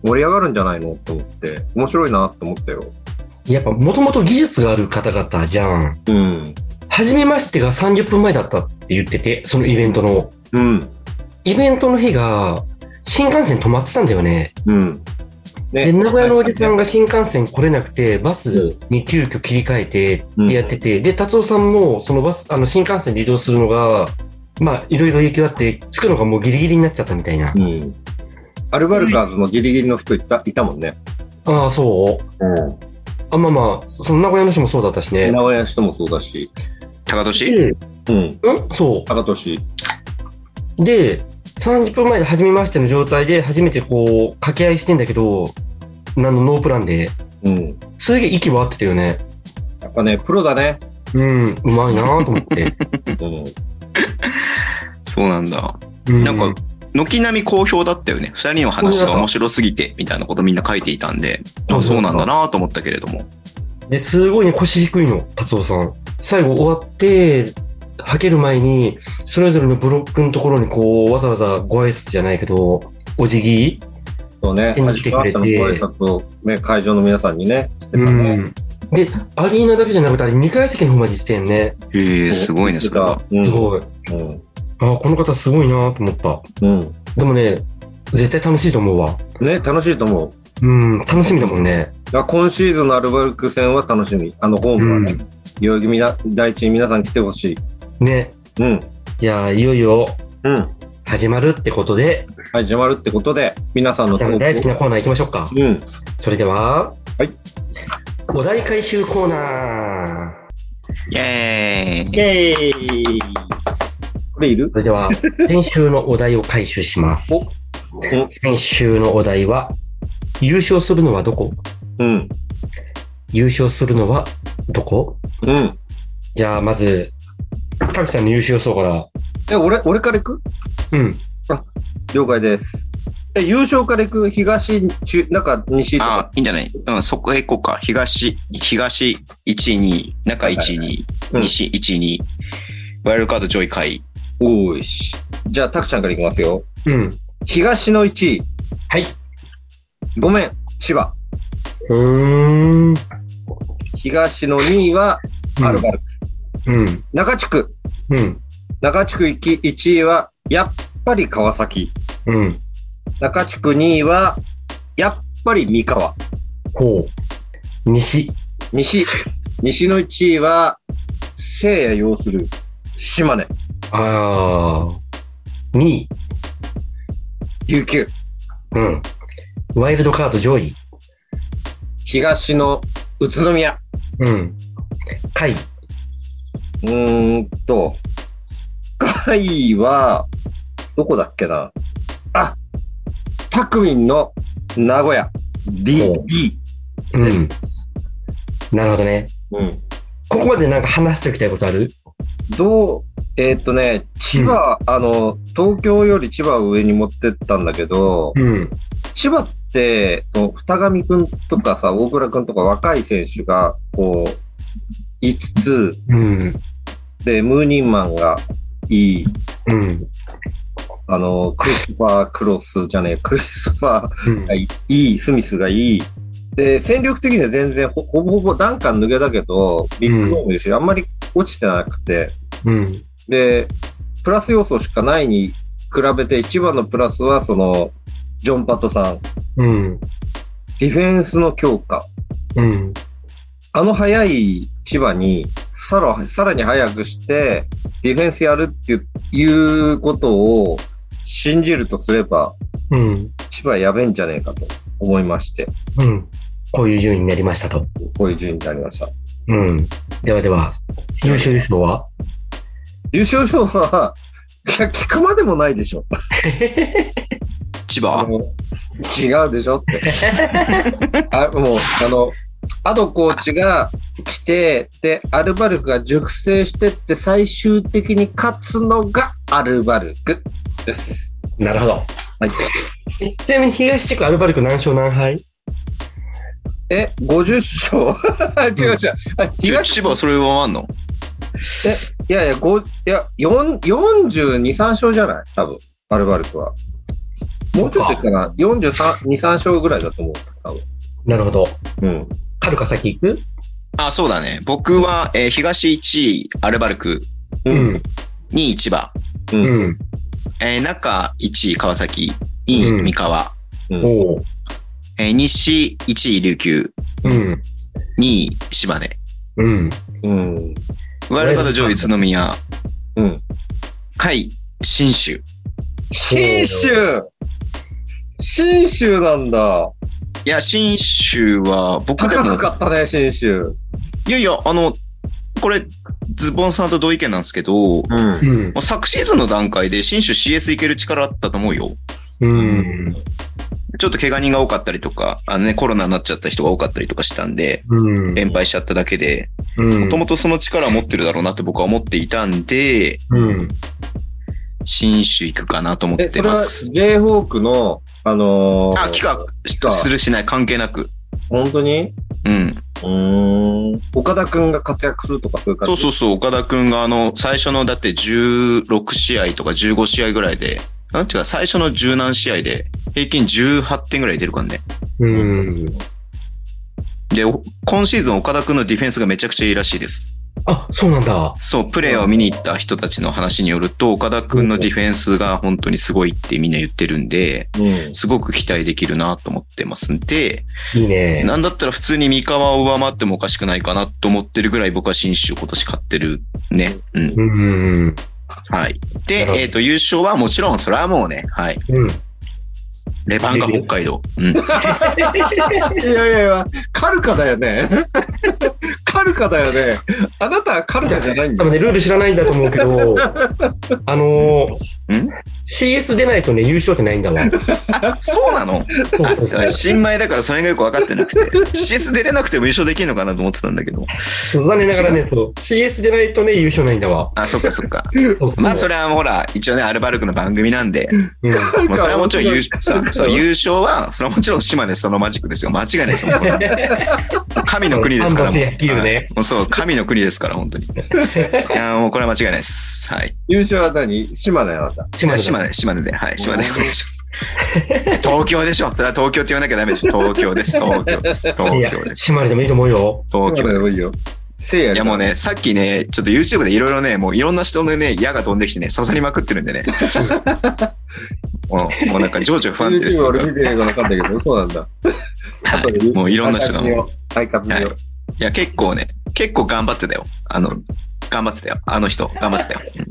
Speaker 2: 盛り上がるんじゃないのと思って、面白いなと思ったよ。
Speaker 1: うん。やっぱ、もともと技術がある方々じゃん。
Speaker 2: うん。
Speaker 1: 初めましてが30分前だったって言ってて、そのイベントの。
Speaker 2: うん。
Speaker 1: イベントの日が、新幹線止まってたんだよね。
Speaker 2: うん。
Speaker 1: で、名古屋のおじさん
Speaker 2: が、
Speaker 1: が新幹線来れなくて、バスに急遽切り替えてってやってて、で、達夫さんも、そのバス、あの、新幹線で移動するのが、まあ、いろいろ影響あって、着くのがもうギリギリになっちゃったみたいな。
Speaker 2: うん。アルバルカーズのギリギリの人いたいたもんね。
Speaker 1: ああ、そう
Speaker 2: うん。
Speaker 1: あ、まあまあ、その名古屋の人もそうだったしね。
Speaker 2: 名古屋の人もそうだし。
Speaker 3: 高年
Speaker 1: で、
Speaker 2: うん。
Speaker 1: うんそ
Speaker 2: 高俊。
Speaker 1: う。で、30分前で初めましての状態で、初めてこう、掛け合いしてんだけど、なんのノープランで、
Speaker 2: うん。
Speaker 1: すげえ息は合ってたよね。
Speaker 2: やっぱね、プロだね。
Speaker 1: うん、うまいなと思って。
Speaker 2: うん。
Speaker 3: そうなんだ。
Speaker 1: う
Speaker 3: なんか、軒並み好評だったよね。二人の話が面白すぎて、みたいなことみんな書いていたんで、あ、そうなんだなと思ったけれども。
Speaker 1: で、すごいね、腰低いの、達夫さん。最後終わって、はける前に、それぞれのブロックのところにこう、わざわざご挨拶じゃないけど、お辞儀
Speaker 2: そうね。
Speaker 1: 信じてくれて
Speaker 2: 初めて朝のご挨拶をね、会場の皆さんにね、してたね。
Speaker 1: で、アリーナだけじゃなくて、あれ2階席の方まで行ってたよね。
Speaker 3: へ
Speaker 2: う
Speaker 3: え、
Speaker 2: ん
Speaker 3: すごいね、それは。。
Speaker 2: うん
Speaker 1: すごい。
Speaker 2: うん。
Speaker 1: ああ、この方すごいなと思った。
Speaker 2: うん。
Speaker 1: でもね、絶対楽しいと思うわ。
Speaker 2: ね、楽しいと思
Speaker 1: う
Speaker 2: う。
Speaker 1: ん、楽しみだもんね。
Speaker 2: だから今シーズンのアルバルク戦は楽しみ。あの、ホームはね、代々木みな第一に皆さん来てほしい。
Speaker 1: ね。
Speaker 2: うん。
Speaker 1: じゃあ、いよいよ、
Speaker 2: うん。
Speaker 1: 始まるってことで、
Speaker 2: はい、始まるってことで、皆さんの投稿
Speaker 1: 大好きなコーナー行きましょうか。
Speaker 2: うん。
Speaker 1: それでは、
Speaker 2: はい。
Speaker 1: お題回収コーナー。
Speaker 3: イエー
Speaker 2: イ
Speaker 3: イ
Speaker 2: ェーイこれいる
Speaker 1: それでは、 先週のお題を回収します。
Speaker 2: お
Speaker 1: 先週のお題は、優勝するのはどこ
Speaker 2: うん。
Speaker 1: 優勝するのはどこ
Speaker 2: うん。
Speaker 1: じゃあ、まず、かきさんの優勝予想か
Speaker 2: え、俺、俺から行く
Speaker 1: ら。うん。
Speaker 2: 了解です。え、優勝から行く東、中、中、西と
Speaker 3: あ
Speaker 2: か。、
Speaker 3: いいんじゃないうん、そこへ行こうか。東、東1、2、中1、2、
Speaker 2: うん
Speaker 3: 西1、2、ワイルドカード上位回。
Speaker 2: おーし。じゃあ、たくちゃんから行きますよ。
Speaker 1: うん。
Speaker 2: 東の1位。
Speaker 1: はい。
Speaker 2: ごめん、千葉。
Speaker 1: うーん。
Speaker 2: 東の2位は、アルバルク。
Speaker 1: うん。
Speaker 2: 中地区。
Speaker 1: うん。
Speaker 2: 中地区行き1位は、やっぱり川崎。
Speaker 1: うん。
Speaker 2: 中地区2位は、やっぱり三河。
Speaker 1: ほう。西。
Speaker 2: 西、西の1位は、聖夜要する、島根、
Speaker 1: あー。2位。
Speaker 2: 琉球。
Speaker 1: うん。ワイルドカード上位。
Speaker 2: 東の宇都宮。
Speaker 1: うん。下位。
Speaker 2: うーんと、甲斐は、どこだっけなあ、タクミンの名古屋。D
Speaker 1: お、
Speaker 2: D。
Speaker 1: うん。なるほどね。
Speaker 2: うん。
Speaker 1: ここまでなんか話しておきたいことある
Speaker 2: どう、えーっとね、千葉、あの、東京より千葉を上に持ってったんだけど、
Speaker 1: うん。
Speaker 2: 千葉って、その、二上くんとかさ、大倉くんとか若い選手が、こう、5つ、
Speaker 1: うん。
Speaker 2: で、ムーニンマンがいい、
Speaker 1: うん。
Speaker 2: あの、クリストファー・クロスじゃねえ、クリストファ
Speaker 1: うん
Speaker 2: ーがいい、スミスがいい。で、戦力的には全然ほ、ほぼほぼダンカン抜けだけど、ビッグボームでし、あんまり落ちてなくて、
Speaker 1: うん。
Speaker 2: で、プラス要素しかないに比べて、一番のプラスは、その、ジョン・パトさん、
Speaker 1: うん。
Speaker 2: ディフェンスの強化。
Speaker 1: うん。
Speaker 2: あの速い千葉に、さら、さらに速くして、ディフェンスやるっていういうことを信じるとすれば、
Speaker 1: うん。
Speaker 2: 千葉やべえんじゃねえかと思いまして、
Speaker 1: うん。こういう順位になりましたと。
Speaker 2: こういう順位になりました。
Speaker 1: うん。ではでは、優勝優勝は
Speaker 2: 優勝賞は、いや、聞くまでもないでしょ。
Speaker 3: 千
Speaker 2: あ
Speaker 3: 葉
Speaker 2: の違うでしょ って。あもう、あの、アドコーチが来て、で、アルバルクが熟成してって、最終的に勝つのがアルバルクです。
Speaker 1: なるほど。
Speaker 2: はい。
Speaker 1: ちなみに東地区アルバルク何勝何敗
Speaker 2: え、50勝 違う違う。あ
Speaker 3: ちょ
Speaker 2: 東
Speaker 3: 千葉それはあんの
Speaker 2: いやいや、ごいや4 42、3勝じゃない多分、アルバルクは。もうちょっといったな、43、2、3勝ぐらいだと思う。多
Speaker 1: なるほど。
Speaker 2: 分。うん。
Speaker 1: カルカ先行く
Speaker 3: あ、そうだね。僕は、えー東1位、アルバルク、
Speaker 2: う。
Speaker 3: 2位、千葉、
Speaker 1: う
Speaker 2: うん。
Speaker 1: ん。
Speaker 3: えー中1位、川崎、2
Speaker 1: う
Speaker 3: 位、
Speaker 1: ん
Speaker 3: 三河、
Speaker 2: うん
Speaker 1: おお。
Speaker 3: えー西1位、琉球、
Speaker 1: うん。
Speaker 3: 2位、島根、
Speaker 1: うん。
Speaker 2: うん。
Speaker 3: ワイルドカード上位、宇都宮、
Speaker 2: うん。
Speaker 3: 下位、新州。
Speaker 2: 新州新州なんだ。
Speaker 3: いや、新州は、僕で
Speaker 2: 高
Speaker 3: も、
Speaker 2: かったね、新州。
Speaker 3: いやいや、あの、これ、ズボンさんと同意見なんですけど、も
Speaker 2: うん。
Speaker 1: うん。
Speaker 3: う昨シーズンの段階で新州 CS いける力あったと思うよ。
Speaker 1: うん。
Speaker 3: ちょっと怪我人が多かったりとか、あのね、コロナになっちゃった人が多かったりとかしたんで、
Speaker 1: うん。
Speaker 3: 連敗しちゃっただけで、
Speaker 1: うん
Speaker 3: もともとその力を持ってるだろうなって僕は思っていたんで、
Speaker 1: うん。
Speaker 3: 新州行くかなと思っ
Speaker 2: え、
Speaker 3: て
Speaker 2: それ
Speaker 3: ま
Speaker 2: は
Speaker 3: す。
Speaker 2: J ホークの、あのー、
Speaker 3: あ、帰化
Speaker 2: 化
Speaker 3: するしない関係なく。
Speaker 2: 本当に
Speaker 3: うん。
Speaker 2: うーん。岡田くんが活躍するとかそういう感
Speaker 3: そう
Speaker 2: じ
Speaker 3: そうそう、岡田くんがあの、最初のだって16試合とか15試合ぐらいで、なんていうか最初の十何試合で平均18点ぐらい出るからね。
Speaker 1: うん。
Speaker 3: で、お今シーズン岡田くんのディフェンスがめちゃくちゃいいらしいです。
Speaker 1: あ、そうなんだ。
Speaker 3: そう、プレーを見に行った人たちの話によると、岡田くんのディフェンスが本当にすごいってみんな言ってるんで、
Speaker 2: うん。
Speaker 3: すごく期待できるなと思ってますんで、
Speaker 1: いいね。
Speaker 3: なんだったら普通に三河を上回ってもおかしくないかなと思ってるぐらい僕は新州今年買ってるね。うん。
Speaker 1: うん。
Speaker 3: はい。
Speaker 1: な
Speaker 3: で
Speaker 1: るほ、ど
Speaker 3: えっ、と、優勝はもちろん、それはもうね、はい。
Speaker 1: うん。
Speaker 3: レバンガ北海道。うん。
Speaker 2: いやいやいや、カルカだよ ね。カルカだよね。あなたはカルカじゃないん
Speaker 1: 多
Speaker 2: だ
Speaker 1: 分
Speaker 2: よ。
Speaker 1: ね、ルール知らないんだと思うけ ど、あのー
Speaker 3: ん
Speaker 1: CS 出ないとね、優勝ってないんだわ。
Speaker 3: あ、そうなの
Speaker 1: そうそうそう。
Speaker 3: 新米だからそれがよく分かってなくて。CS 出れなくても優勝できるのかなと思ってたんだけど。
Speaker 1: 残念ながらね、そう。CS 出ないとね、優勝ないんだわ。
Speaker 3: あ、そっかそっか。
Speaker 1: そうそう
Speaker 3: まあ、それはほら、一応ね、アルバルクの番組なんで、
Speaker 1: うん。
Speaker 3: もうそれはもちろん優勝、
Speaker 2: カルカ
Speaker 3: そうそう優勝は、それはもちろん島根そのマジックですよ。間違いないですよ。こんなの神の国ですから。
Speaker 1: アンバス野球ね
Speaker 3: もうそう、神の国ですから、本当に。いや、もうこれは間違いないです。はい。
Speaker 2: 優勝は何島根あなた。
Speaker 1: 島根だ
Speaker 3: 島根、島根で。はい、島根でお願いします。東京でしょ。それは東京って言わなきゃダメでしょ。東京です。東京です。
Speaker 1: い
Speaker 3: 東
Speaker 1: や
Speaker 3: 京で、す。
Speaker 1: 島根でもいいと思うよ。
Speaker 3: 東京で
Speaker 2: もいい
Speaker 3: す。
Speaker 2: よ。せいや
Speaker 3: いやもうね、さっきね、ちょっと YouTube でいろいろね、もういろんな人のね、矢が飛んできてね、刺さりまくってるんでね。もうもうなんか情緒不安定で
Speaker 2: YouTube
Speaker 3: すよ。
Speaker 2: 俺見てないから分かんないけど、そうなんだ。後で
Speaker 3: もういろんな人がもう。い
Speaker 2: アイカップ見よう。
Speaker 3: や、結構ね、結構頑張ってたよ。あの、頑張ってたよ。あの人、頑張ってたよ。うん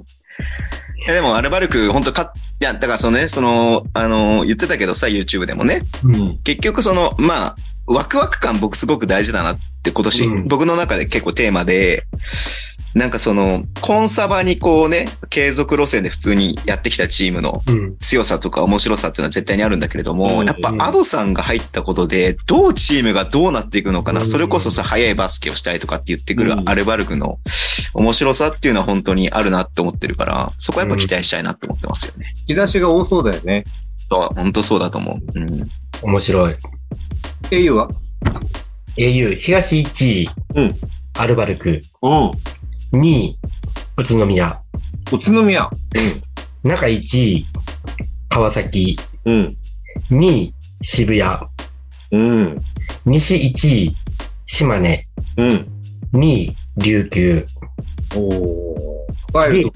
Speaker 3: いやでも、アルバルク、本当か、いや、だからそのね、その、あの、言ってたけどさ、YouTube でもね、
Speaker 1: うん。
Speaker 3: 結局その、まあ、ワクワク感僕すごく大事だなって今年、
Speaker 1: うん
Speaker 3: 僕の中で結構テーマで、なんかその、コンサバにこうね、継続路線で普通にやってきたチームの
Speaker 1: うん。
Speaker 3: 強さとか面白さっていうのは絶対にあるんだけれども、
Speaker 2: うん
Speaker 3: やっぱアドさんが入ったことで、どうチームがどうなっていくのかな、
Speaker 1: うん
Speaker 3: それこそさ、早いバスケをしたいとかって言ってくる
Speaker 2: うん
Speaker 3: アルバルクの面白さっていうのは本当にあるなって思ってるから、そこはやっぱ期待したいなって思ってますよね。
Speaker 2: 日差しが多そうだよね。
Speaker 3: そう、本当そうだと思う。うん。
Speaker 1: 面白い。
Speaker 2: 英雄は
Speaker 1: au 東1位、
Speaker 2: うん
Speaker 1: アルバルク、
Speaker 2: うん。
Speaker 1: 2位、宇都宮、
Speaker 2: 宇都宮。
Speaker 1: 中1位、川崎、
Speaker 2: うん。
Speaker 1: 2位、渋谷、
Speaker 2: うん。
Speaker 1: 西1位、島根、
Speaker 2: うん。
Speaker 1: 2位、琉球。
Speaker 2: おー。ワイルド。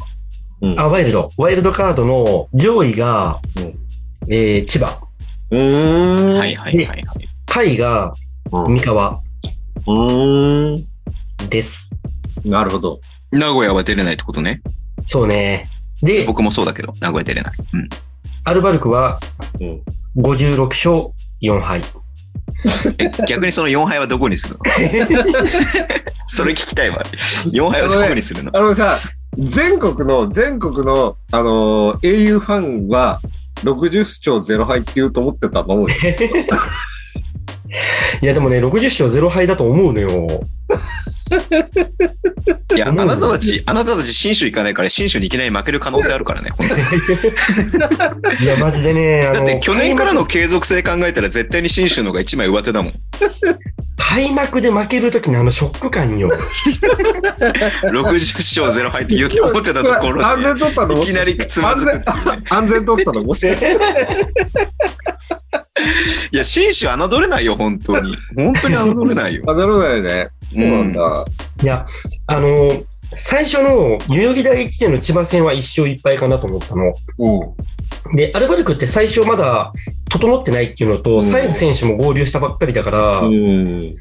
Speaker 2: うん
Speaker 1: あ、ワイルド。ワイルドカードの上位が、
Speaker 2: うん
Speaker 1: えー千葉。
Speaker 2: うーん。
Speaker 3: はい。はいはいはい。
Speaker 1: 下位が
Speaker 2: うん
Speaker 1: 三河
Speaker 2: うーん。
Speaker 1: です。
Speaker 2: なるほど。
Speaker 3: 名古屋は出れないってことね。
Speaker 1: そうね。で、
Speaker 3: 僕もそうだけど、名古屋出れない。うん。
Speaker 1: アルバルクは
Speaker 2: うん。
Speaker 1: 56勝4敗。
Speaker 3: え逆にその4敗はどこにするのそれ聞きたいわ。4敗はどこにするの
Speaker 2: あのさ、全国の、全国の、あのー、英雄ファンは、60勝0敗って言うと思ってたの俺
Speaker 1: いや、でもね、60勝0敗だと思うのよ。
Speaker 3: いや、あなたたち、あなたたち新州行かないから、新州にいきなり負ける可能性あるからね、本当に。
Speaker 1: いや、マジで ね、あ
Speaker 3: だ
Speaker 1: の、
Speaker 3: って去年からの継続性考えたら絶対に新州の方が1枚上手だもん。
Speaker 1: 開幕で負けるときのあのショック感よ。
Speaker 3: 60勝0敗 って言って思って たところ
Speaker 2: 安全取ったの
Speaker 3: で、いきなりつまずくっていうね。
Speaker 2: 安全 取ったの もしかして
Speaker 3: いや、新州侮れないよ、本当に。本当に侮 れないよ。
Speaker 2: あ、なるほどよね。そうなんだ。
Speaker 1: いや、あの、最初の代々木第一での千葉戦は1勝1敗かなと思ったの。
Speaker 2: うん。
Speaker 1: で、アルバルクって最初まだ整ってないっていうのと、
Speaker 2: うん
Speaker 1: サイズ選手も合流したばっかりだから、だ
Speaker 2: うん。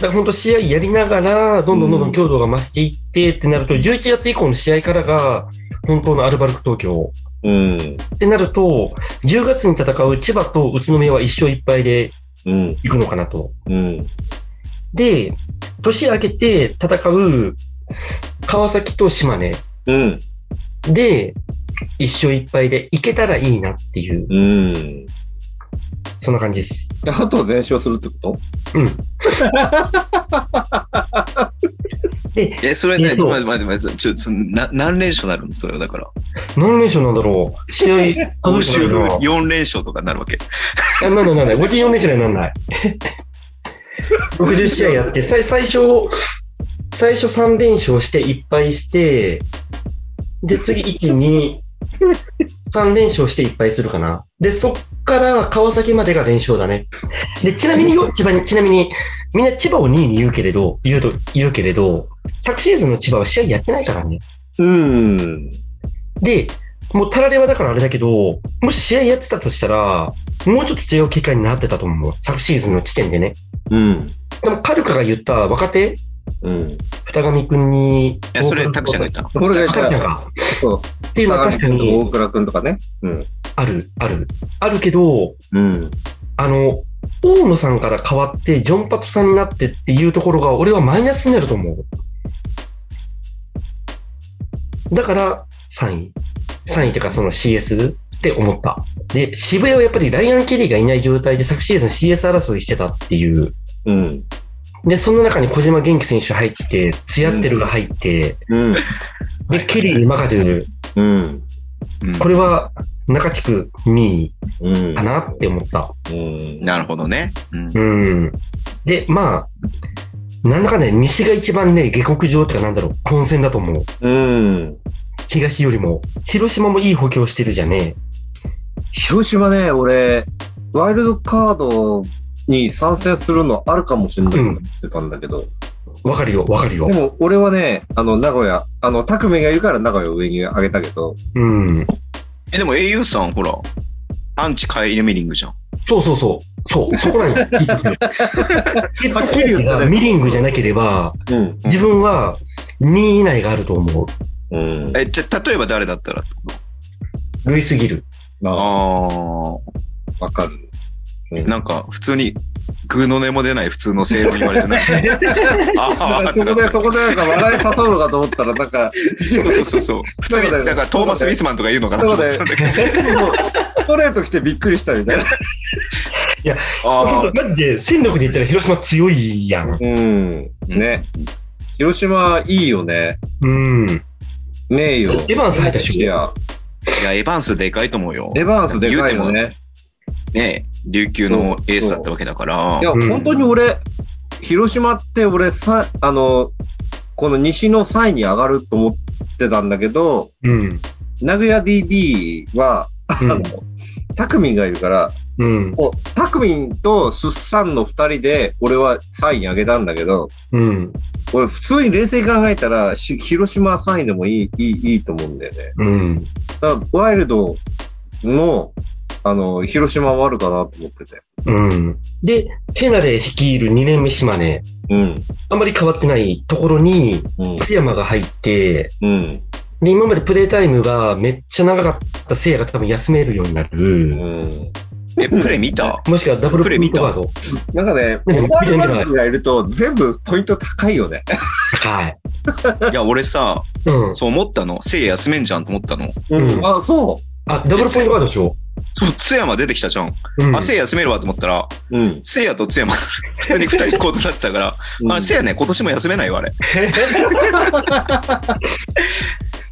Speaker 1: から本当試合やりながら、どんどんどんど
Speaker 2: うん
Speaker 1: ん強度が増していってってなると、11月以降の試合からが、本当のアルバルク東京。
Speaker 2: うん。
Speaker 1: ってなると、10月に戦う千葉と宇都宮は1勝1敗で
Speaker 2: うん。
Speaker 1: 行くのかなと。
Speaker 2: うん。
Speaker 1: で、年明けて戦う川崎と島根
Speaker 2: うん。
Speaker 1: で、一勝一敗でいけたらいいなっていう、
Speaker 2: うん。
Speaker 1: そんな感じです。
Speaker 2: で、あとは全勝するってこと
Speaker 1: うん。
Speaker 3: え、それね、
Speaker 1: えっ
Speaker 3: ち
Speaker 1: と
Speaker 3: ょ待って待って待って、ちょ、ちょな何連勝なるのそれはだから。
Speaker 1: 何連勝なんだろう試合、
Speaker 3: 今
Speaker 1: 数
Speaker 3: 週
Speaker 1: えてないな
Speaker 3: 4連勝とかになるわけ。
Speaker 1: あなんないなんない。54連勝にはなんない。60試合やって、最最初、最初3連勝して1敗して、で、次1、2、3連勝して1敗するかな。で、そっから川崎までが連勝だね。で、ちなみによ、千葉に、ちなみに、みんな千葉を2位に言うけれど、言うと、言うけれど、昨シーズンの千葉は試合やってないからね。
Speaker 2: うん。
Speaker 1: で、もうタラレはだからあれだけど、もし試合やってたとしたら、もうちょっと違う結果になってたと思う。昨シーズンの地点でね。
Speaker 2: うん。
Speaker 1: でも、カルカが言った若手
Speaker 2: うん。
Speaker 1: 二上くんに。
Speaker 3: え、それ、タクちゃんが言ったの
Speaker 2: 俺が言っ
Speaker 1: タクちゃんか。
Speaker 2: そう。
Speaker 1: っていうのは確か
Speaker 2: 大
Speaker 1: に
Speaker 2: 倉くんとかね。うん。
Speaker 1: ある、ある。あるけど、
Speaker 2: うん。
Speaker 1: あの、大野さんから変わって、ジョンパトさんになってっていうところが、俺はマイナスになると思う。だから、3位。3位というか、その CS って思った。で、渋谷はやっぱりライアン・ケリーがいない状態で昨シーズン CS 争いしてたっていう。
Speaker 2: うん。
Speaker 1: で、その中に小島元気選手入って、ツヤってるが入って、
Speaker 2: うん。
Speaker 1: で、ケリーに任せる。
Speaker 2: うん。
Speaker 3: うん
Speaker 1: これは、中地区2位
Speaker 2: うん。
Speaker 1: かなって思った。
Speaker 2: うん。
Speaker 3: なるほどね。うん
Speaker 1: うん。で、まあ、なんだかね、西が一番ね、下克上っていうかなんだろう、混戦だと思う。
Speaker 2: うん。
Speaker 1: 東よりも。広島もいい補強してるじゃね
Speaker 2: 広島ね、俺、ワイルドカードに参戦するのあるかもしれないと思ってたんだけど、
Speaker 1: え。わかるよ、わかるよ
Speaker 2: で。も俺はね、あの、名古屋、あの、拓命がいるから名古屋を上に上げたけど、
Speaker 1: うん。
Speaker 3: え、でも au さん、ほら、アンチカイリー・ミリングじゃん。
Speaker 1: そうそうそう。そう、そこなんよ。いいとこよヘッドコ
Speaker 2: はっきり
Speaker 1: ーチ
Speaker 2: 言った
Speaker 1: が
Speaker 2: ね
Speaker 1: ミリングじゃなければ、
Speaker 2: うん。
Speaker 1: 自分は2位以内があると思う。
Speaker 2: うん。
Speaker 3: え、じゃあ、例えば誰だったら
Speaker 1: ルイすぎる。
Speaker 2: まあ、
Speaker 3: あ
Speaker 2: わかる。
Speaker 3: あ、なんか、普通に、グの音も出ない普通の正論言われてない。 あ
Speaker 2: なんか
Speaker 3: あ、
Speaker 2: そこで、そこでなんか笑い誘うのかと思ったら、なんか、
Speaker 3: そうそうそうそう。普通に、
Speaker 2: そうだ
Speaker 3: な
Speaker 2: よ
Speaker 3: んかトーマス・ウィスマンとか言うのかなと思ってたんだけど。
Speaker 2: ストレート来てびっくりしたみたいな。
Speaker 3: ああ、
Speaker 1: マジで、戦力で言ったら広島強いやん。
Speaker 2: うん。ね。広島いいよね。
Speaker 1: うん。
Speaker 2: 名誉。
Speaker 1: エヴァンス入ったでしょ
Speaker 2: いや、
Speaker 3: いや、エヴァンスでかいと思うよ。
Speaker 2: エヴァンスでかいよね。
Speaker 3: ね、琉球のエースだったわけだから
Speaker 2: い。や、
Speaker 1: うん
Speaker 2: 本当に俺、広島って俺さ、あの、この西の3位に上がると思ってたんだけど、
Speaker 1: うん。
Speaker 2: 名古屋 DD は、
Speaker 1: うん
Speaker 2: タクミンがいるから、
Speaker 1: うん。
Speaker 2: もうタクミンとスッサンの2人で俺は3位に上げたんだけど、
Speaker 1: うん。
Speaker 2: 俺普通に冷静に考えたら、し広島は3位でもいい、いい、いいと思うんだよね。
Speaker 1: うん。
Speaker 2: だからワイルドの、あの、広島はあるかなと思ってて。
Speaker 1: うん。で、ヘナレ率いる2年目島根、
Speaker 2: うん。
Speaker 1: あんまり変わってないところに、
Speaker 2: うん。
Speaker 1: 津山が入って、
Speaker 2: うん。
Speaker 1: で、今までプレイタイムがめっちゃ長かったせいやが多分休めるようにな
Speaker 2: う
Speaker 1: る。
Speaker 2: ん。
Speaker 3: え、プレイ見た
Speaker 1: もしくはダブルプレイワード。
Speaker 2: なんかね、
Speaker 1: ね
Speaker 2: モバイルバンクがいると全部ポイント高いよね。
Speaker 1: 高い。
Speaker 3: いや、俺さ、
Speaker 1: うん。
Speaker 3: そう思ったの。せいや休めんじゃんと思ったの。
Speaker 1: うん
Speaker 2: あ、そ
Speaker 1: あ、ダブルポイントワードでしょ。
Speaker 3: そう、津山出てきたじゃん。
Speaker 1: うん。
Speaker 3: あ、せいや休めるわと思ったら、
Speaker 2: う。うん。
Speaker 3: せいやと津山、 普通に二人こうつなってたから、あ、せいやね、今年も休めないわ、あれ。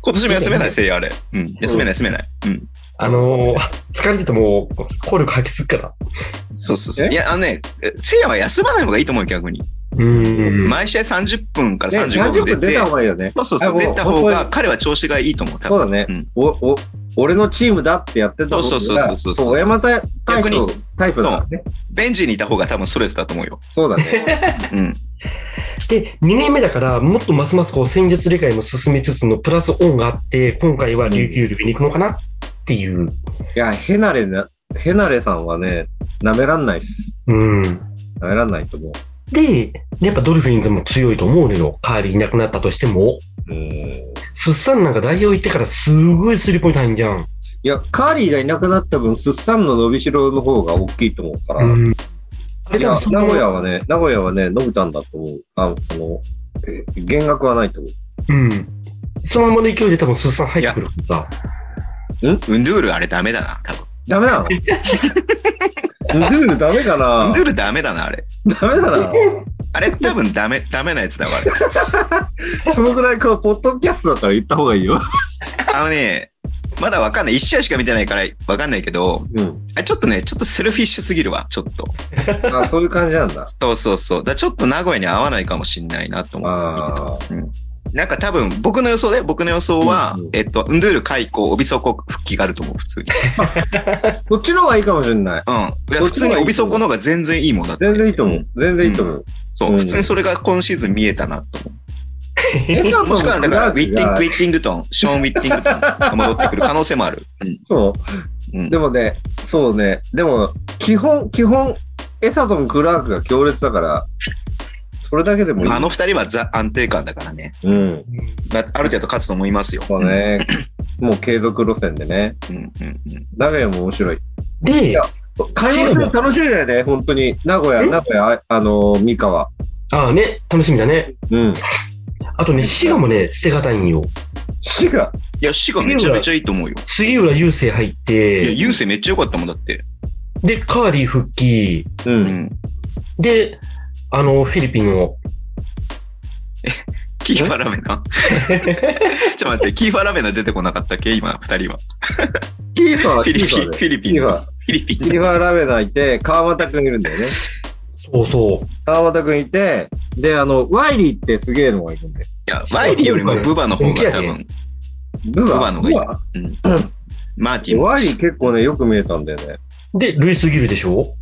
Speaker 3: 今年も休めない、せいや、あれ。うん、休めない、休めない。うん。
Speaker 1: あのー、疲れてても、効力発揮するから。
Speaker 3: そうそうそう。
Speaker 2: え
Speaker 3: いや、あのね、せいやは休まない方がいいと思うよ、逆に。
Speaker 1: うん。
Speaker 3: 毎試合30分から
Speaker 2: ね、
Speaker 3: 35
Speaker 2: 30
Speaker 3: 分
Speaker 2: 分
Speaker 3: 出
Speaker 2: 出
Speaker 3: て
Speaker 2: た、方がいいよね。
Speaker 3: そうそうそう、
Speaker 2: あ
Speaker 3: 出た方
Speaker 2: もう
Speaker 3: が、彼は調子がいいと思う、多
Speaker 2: そう
Speaker 3: 分。
Speaker 2: だね、
Speaker 3: うん
Speaker 2: お、お、俺のチームだってやってた
Speaker 3: そうそうそうそうそう
Speaker 2: 小山大大
Speaker 3: 逆に
Speaker 2: 将タイプだからね。
Speaker 3: ベンチにいた方が多分ストレスだと思うよ。
Speaker 2: そうだね。
Speaker 3: うん。
Speaker 1: で、2年目だから、もっとますますこう戦術理解も進みつつのプラスオンがあって、今回は琉球より上に行くのかなっていう。
Speaker 2: いや、ヘナレな、ヘナレさんはね、舐めらんないっす。
Speaker 1: うん。
Speaker 2: 舐めらんないと思う。
Speaker 1: で、やっぱドルフィンズも強いと思うのよ。カーリーいなくなったとしても。
Speaker 2: うん。い
Speaker 1: スッサンなんか代表行ってからすごいスリーポイント入んじゃん。
Speaker 2: や、カーリーがいなくなった分、スッサンの伸びしろの方が大きいと思うから。
Speaker 1: うん。あれ
Speaker 2: い
Speaker 1: 多
Speaker 2: や
Speaker 1: 分、そ
Speaker 2: 名
Speaker 1: の
Speaker 2: 古屋はね、名古屋はね、伸びたんだと思う。あの、あのえ減額はないと思う。
Speaker 1: うん。そのままの勢いで多分スッサン入ってくるからさ。
Speaker 3: ウンドゥールあれダメだな、多分。
Speaker 2: ダメな のルールダメか
Speaker 3: ウン
Speaker 2: な
Speaker 3: ドゥールダメだな、あれ。
Speaker 2: ダメだ
Speaker 3: あれ多分ダメ、ダメなやつだわ、あれ。
Speaker 2: な。そのぐらい、こう、ポッドキャストだから言った方がいいよ。
Speaker 3: あのね、まだわかんない。一試合しか見てないからわかんないけど、
Speaker 2: うん。
Speaker 3: あちょっとね、ちょっとセルフィッシュすぎるわ、ちょっと。
Speaker 2: あそういう感じなんだ。
Speaker 3: そうそうそう。だからちょっと名古屋に合わないかもしんないなと思って見てた。
Speaker 2: ああ。
Speaker 3: なんか多分、僕の予想で、僕の予想は、
Speaker 2: うんうん
Speaker 3: えっと、ウンドゥール解雇、帯底復帰があると思う、普通に。
Speaker 2: こっちの方がいいかもしれない。
Speaker 3: うん。いや普通に帯底の方が全然いいもんだって。
Speaker 2: 全然いいと思う。全然いいと思う。
Speaker 3: そう、
Speaker 2: うん
Speaker 3: 普通にそれが今シーズン見えたなと思
Speaker 2: エサ
Speaker 3: う。もしくは、だから、ウィッティング、ウィッティングトン、ショーン・ウィッティングトンが戻ってくる可能性もある。うん。
Speaker 2: そう。
Speaker 3: うん
Speaker 2: でもね、そうね、でも、基本、基本、エサトン・クラークが強烈だから、そそれだけでもいい。
Speaker 3: あの二人はザ安定感だからね。
Speaker 2: うん。
Speaker 3: だある程度勝つと思いますよ。
Speaker 2: そうね。もう継続路線でね。
Speaker 3: うんうんうん
Speaker 2: 名古屋も面白い。い
Speaker 1: で
Speaker 2: や、シーズン楽しみだよね、本当に。名古屋、
Speaker 1: ん
Speaker 2: 名古屋、ああのー、三河。
Speaker 1: ああね、楽しみだね。
Speaker 2: うん。
Speaker 1: あとね、滋賀もね、捨てがたいんよ。
Speaker 2: 滋賀。
Speaker 3: いや、滋賀めちゃめちゃいいと思うよ。
Speaker 1: 杉浦雄星入っ
Speaker 3: いや、
Speaker 1: て、
Speaker 3: 優勢めっちゃ良かったもんだって。
Speaker 1: で、カーリー復帰、
Speaker 2: う。
Speaker 3: うんん。
Speaker 1: で、あの、フィリピンの、
Speaker 3: キーファーラメナ ちょっと待って、キーファーラメナ出てこなかったっけ今、二人は。
Speaker 2: キーファー、
Speaker 3: フィリピン、フ
Speaker 2: キ
Speaker 3: ィリピン。
Speaker 2: ー
Speaker 3: フ
Speaker 2: ファー。
Speaker 3: ィリピ
Speaker 2: キーファーラベナーいて、川又くんいるんだよね。
Speaker 1: そうそう、
Speaker 2: 川又くんいて、で、あの、ワイリーってすげえのがいるんだよ。
Speaker 3: ン。いや、ワイリーよりもブバの方が多分、
Speaker 2: ブ
Speaker 3: ブバの方
Speaker 2: ブ
Speaker 3: が
Speaker 2: バ
Speaker 3: いい。うん。マーティンも。
Speaker 2: ワイリ ー結構ね、よく見えたんだよね。
Speaker 1: で、ルイスギルでしょ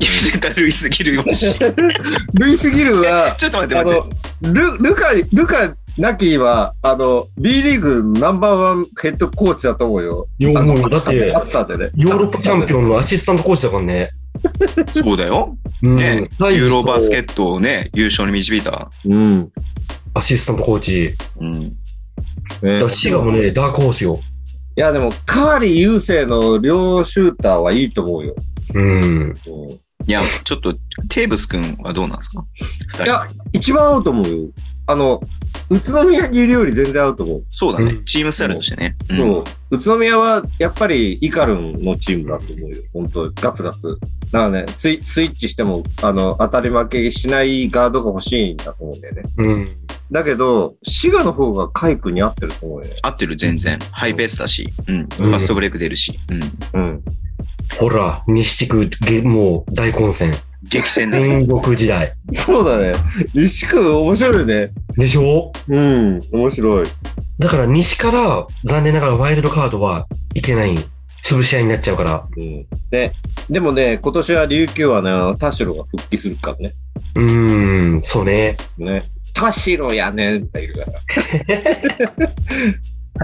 Speaker 3: いや、絶対類すぎるよ。ち
Speaker 2: ルイスギルは、
Speaker 3: ょっと待って
Speaker 2: あ
Speaker 3: 待って
Speaker 2: の。、ル、ルカ、ルカ、ナキーは、あの、B リーグナンバーワンヘッドコーチだと思うよ。
Speaker 1: いや
Speaker 2: あの
Speaker 1: もうだって
Speaker 2: 暑さでね。
Speaker 1: ヨーロッパチャンピ
Speaker 2: オン。
Speaker 1: オンのアシスタントコーチだからね。
Speaker 3: そうだよ。
Speaker 1: うん。
Speaker 3: ね
Speaker 1: ザイズと
Speaker 3: ユーロバスケットをね、優勝に導いた。
Speaker 2: うん。
Speaker 1: アシスタントコーチ。
Speaker 3: うん。
Speaker 1: だ
Speaker 2: ね
Speaker 1: から滋賀もね、ダークホースよ。
Speaker 2: いや、でも、カーリー優勢の両シューターはいいと思うよ。
Speaker 1: うん。
Speaker 2: うん
Speaker 3: いや、ちょっと、テーブス君はどうなんですか二
Speaker 2: い
Speaker 3: 人
Speaker 2: や、一番合うと思うよ。あの、宇都宮にいるより全然合うと思う。
Speaker 3: そうだね
Speaker 1: う。ん
Speaker 3: チームスタイルとしてね。ん
Speaker 2: そう。宇都宮は、やっぱり、イカルンのチームだと思うよ。本当ガツガツ。だからね、スイスイッチしても、あの、当たり負けしないガードが欲しいんだと思うんだよね。
Speaker 1: うん。
Speaker 2: だけど、滋賀の方がカイクに合ってると思うよね。
Speaker 3: 合ってる、全然。ハイペースだし、うん。
Speaker 1: うん
Speaker 3: ファストブレイク出るし、うん。
Speaker 2: うん。
Speaker 1: ほら、西地区、げもう大混戦。
Speaker 3: 激戦だね。
Speaker 1: 戦国時代。
Speaker 2: そうだね。西区面白いね。
Speaker 1: でしょ
Speaker 2: うん。面白い。
Speaker 1: だから西から、残念ながらワイルドカードはいけない。潰し合いになっちゃうから。
Speaker 2: うん。で、でもね、今年は琉球はね、田代が復帰するからね。
Speaker 1: うーん、そうね。
Speaker 2: ね。田代やねんって言うから。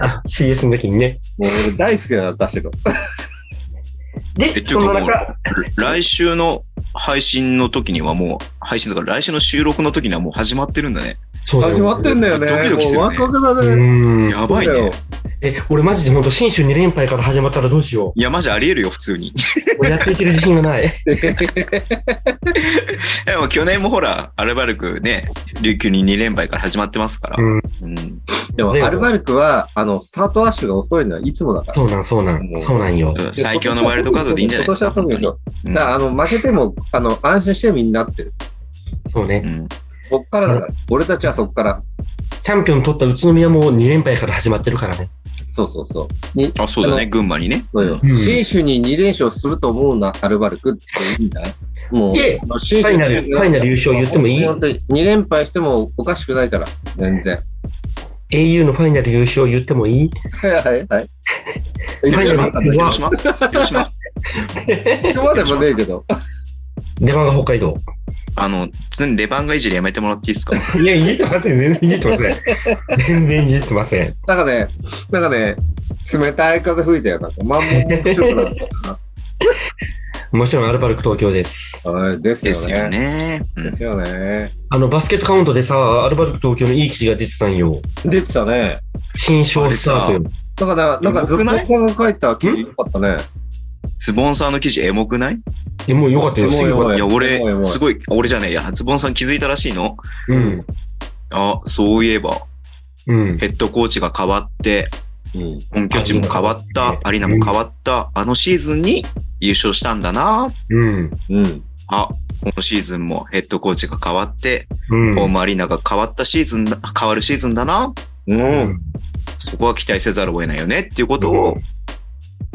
Speaker 1: あ CS の時にね。
Speaker 2: もう俺大好きだな、田代。
Speaker 3: え
Speaker 1: で、
Speaker 3: ち
Speaker 1: そ
Speaker 3: ょっ
Speaker 1: ん
Speaker 3: と
Speaker 1: な
Speaker 3: もう
Speaker 1: 中、
Speaker 3: 来週の配信の時にはもう、配信だから来週の収録の時にはもう始まってるんだね。
Speaker 1: そうだよ
Speaker 2: 始まってんだよね。
Speaker 3: ドキドキする
Speaker 2: もう
Speaker 3: ね
Speaker 2: ワクワクだ
Speaker 1: う
Speaker 2: ね。
Speaker 1: ーん。
Speaker 3: やばい
Speaker 2: そうだ
Speaker 3: ね
Speaker 2: よ。
Speaker 1: え、俺マジで本当新州2連敗から始まったらどうしよ。
Speaker 3: いや、マジありえるよ、普通に。いう
Speaker 1: 俺やっていける自信がない。
Speaker 3: や、もう去年もほら、アルバルクね、琉球に2連敗から始まってますから。
Speaker 1: うん。
Speaker 3: うん。
Speaker 2: でも、
Speaker 1: ね
Speaker 2: アルバルクは、あの、スタートアッシュが遅いのはいつもだから。
Speaker 1: そうなん、そうなん。そうなんよ。
Speaker 3: 最強のワイルドカードでいいんじゃないですか。
Speaker 2: 今年はそう
Speaker 3: う
Speaker 2: だ
Speaker 3: ん
Speaker 2: から、あの、負けても、あの、安心してみんなってる。
Speaker 1: そうね
Speaker 3: う。ん
Speaker 2: こっからだから。俺たちはそっから。
Speaker 1: チャンピオン取った宇都宮も2連敗から始まってるからね。
Speaker 2: そうそうそう。
Speaker 3: あ、そうだね、群馬にね。
Speaker 2: そうよ
Speaker 1: うん。
Speaker 2: 新州に2連勝すると思うな、アルバルクっていいんだね。もう、
Speaker 1: で
Speaker 2: 新
Speaker 1: ファイナルファイナル優勝言ってもいい
Speaker 2: ?2 連敗してもおかしくないから、全然。
Speaker 1: au のファイナル優勝言ってもいい
Speaker 2: はいはいはい。
Speaker 1: ファイナル
Speaker 2: 一番だったね
Speaker 1: うわ
Speaker 3: 広島広島
Speaker 2: 一番でもねえけど。
Speaker 1: 出番が北海道。
Speaker 3: あの、常にレバンガいじりやめてもらっていいですか
Speaker 1: いや、いじってません。全然いじってません。全然いじってません。
Speaker 2: なんかね、なんかね、冷たい風吹いたよ。なんか、まんも
Speaker 1: もちろんアルバルク東京です。
Speaker 2: はい、です
Speaker 3: で
Speaker 2: よ
Speaker 3: す
Speaker 2: ね。
Speaker 3: よね。うん
Speaker 2: ですよね。
Speaker 1: あの、バスケットカウントでさ、アルバルク東京のいい記事が出てたんよ。
Speaker 2: 出てたね。
Speaker 1: 新章スタートよ。
Speaker 2: だから、なんか、ずっ
Speaker 3: よくない
Speaker 2: とこの書いた記事よかったね。
Speaker 3: ズボンさんの記事エモくない
Speaker 1: え、もうよかったよ。
Speaker 2: もう
Speaker 1: すごい
Speaker 2: よ
Speaker 3: いや、俺
Speaker 2: エモいエモ、い
Speaker 3: すごい、俺じゃねえや、ズボンさん気づいたらしいの
Speaker 1: うん。
Speaker 3: あ、そういえば、
Speaker 1: うん。
Speaker 3: ヘッドコーチが変わって、
Speaker 2: うん。
Speaker 3: 本拠地も変わった、アリーナも変わった、あのシーズンに優勝したんだな。
Speaker 1: うん。
Speaker 2: うん。
Speaker 3: あ、今シーズンもヘッドコーチが変わって、
Speaker 1: うん。
Speaker 3: ホームアリーナが変わったシーズンだ、変わるシーズンだな。
Speaker 2: う。
Speaker 1: うんん。
Speaker 3: そこは期待せざるを得ないよねっていうことを、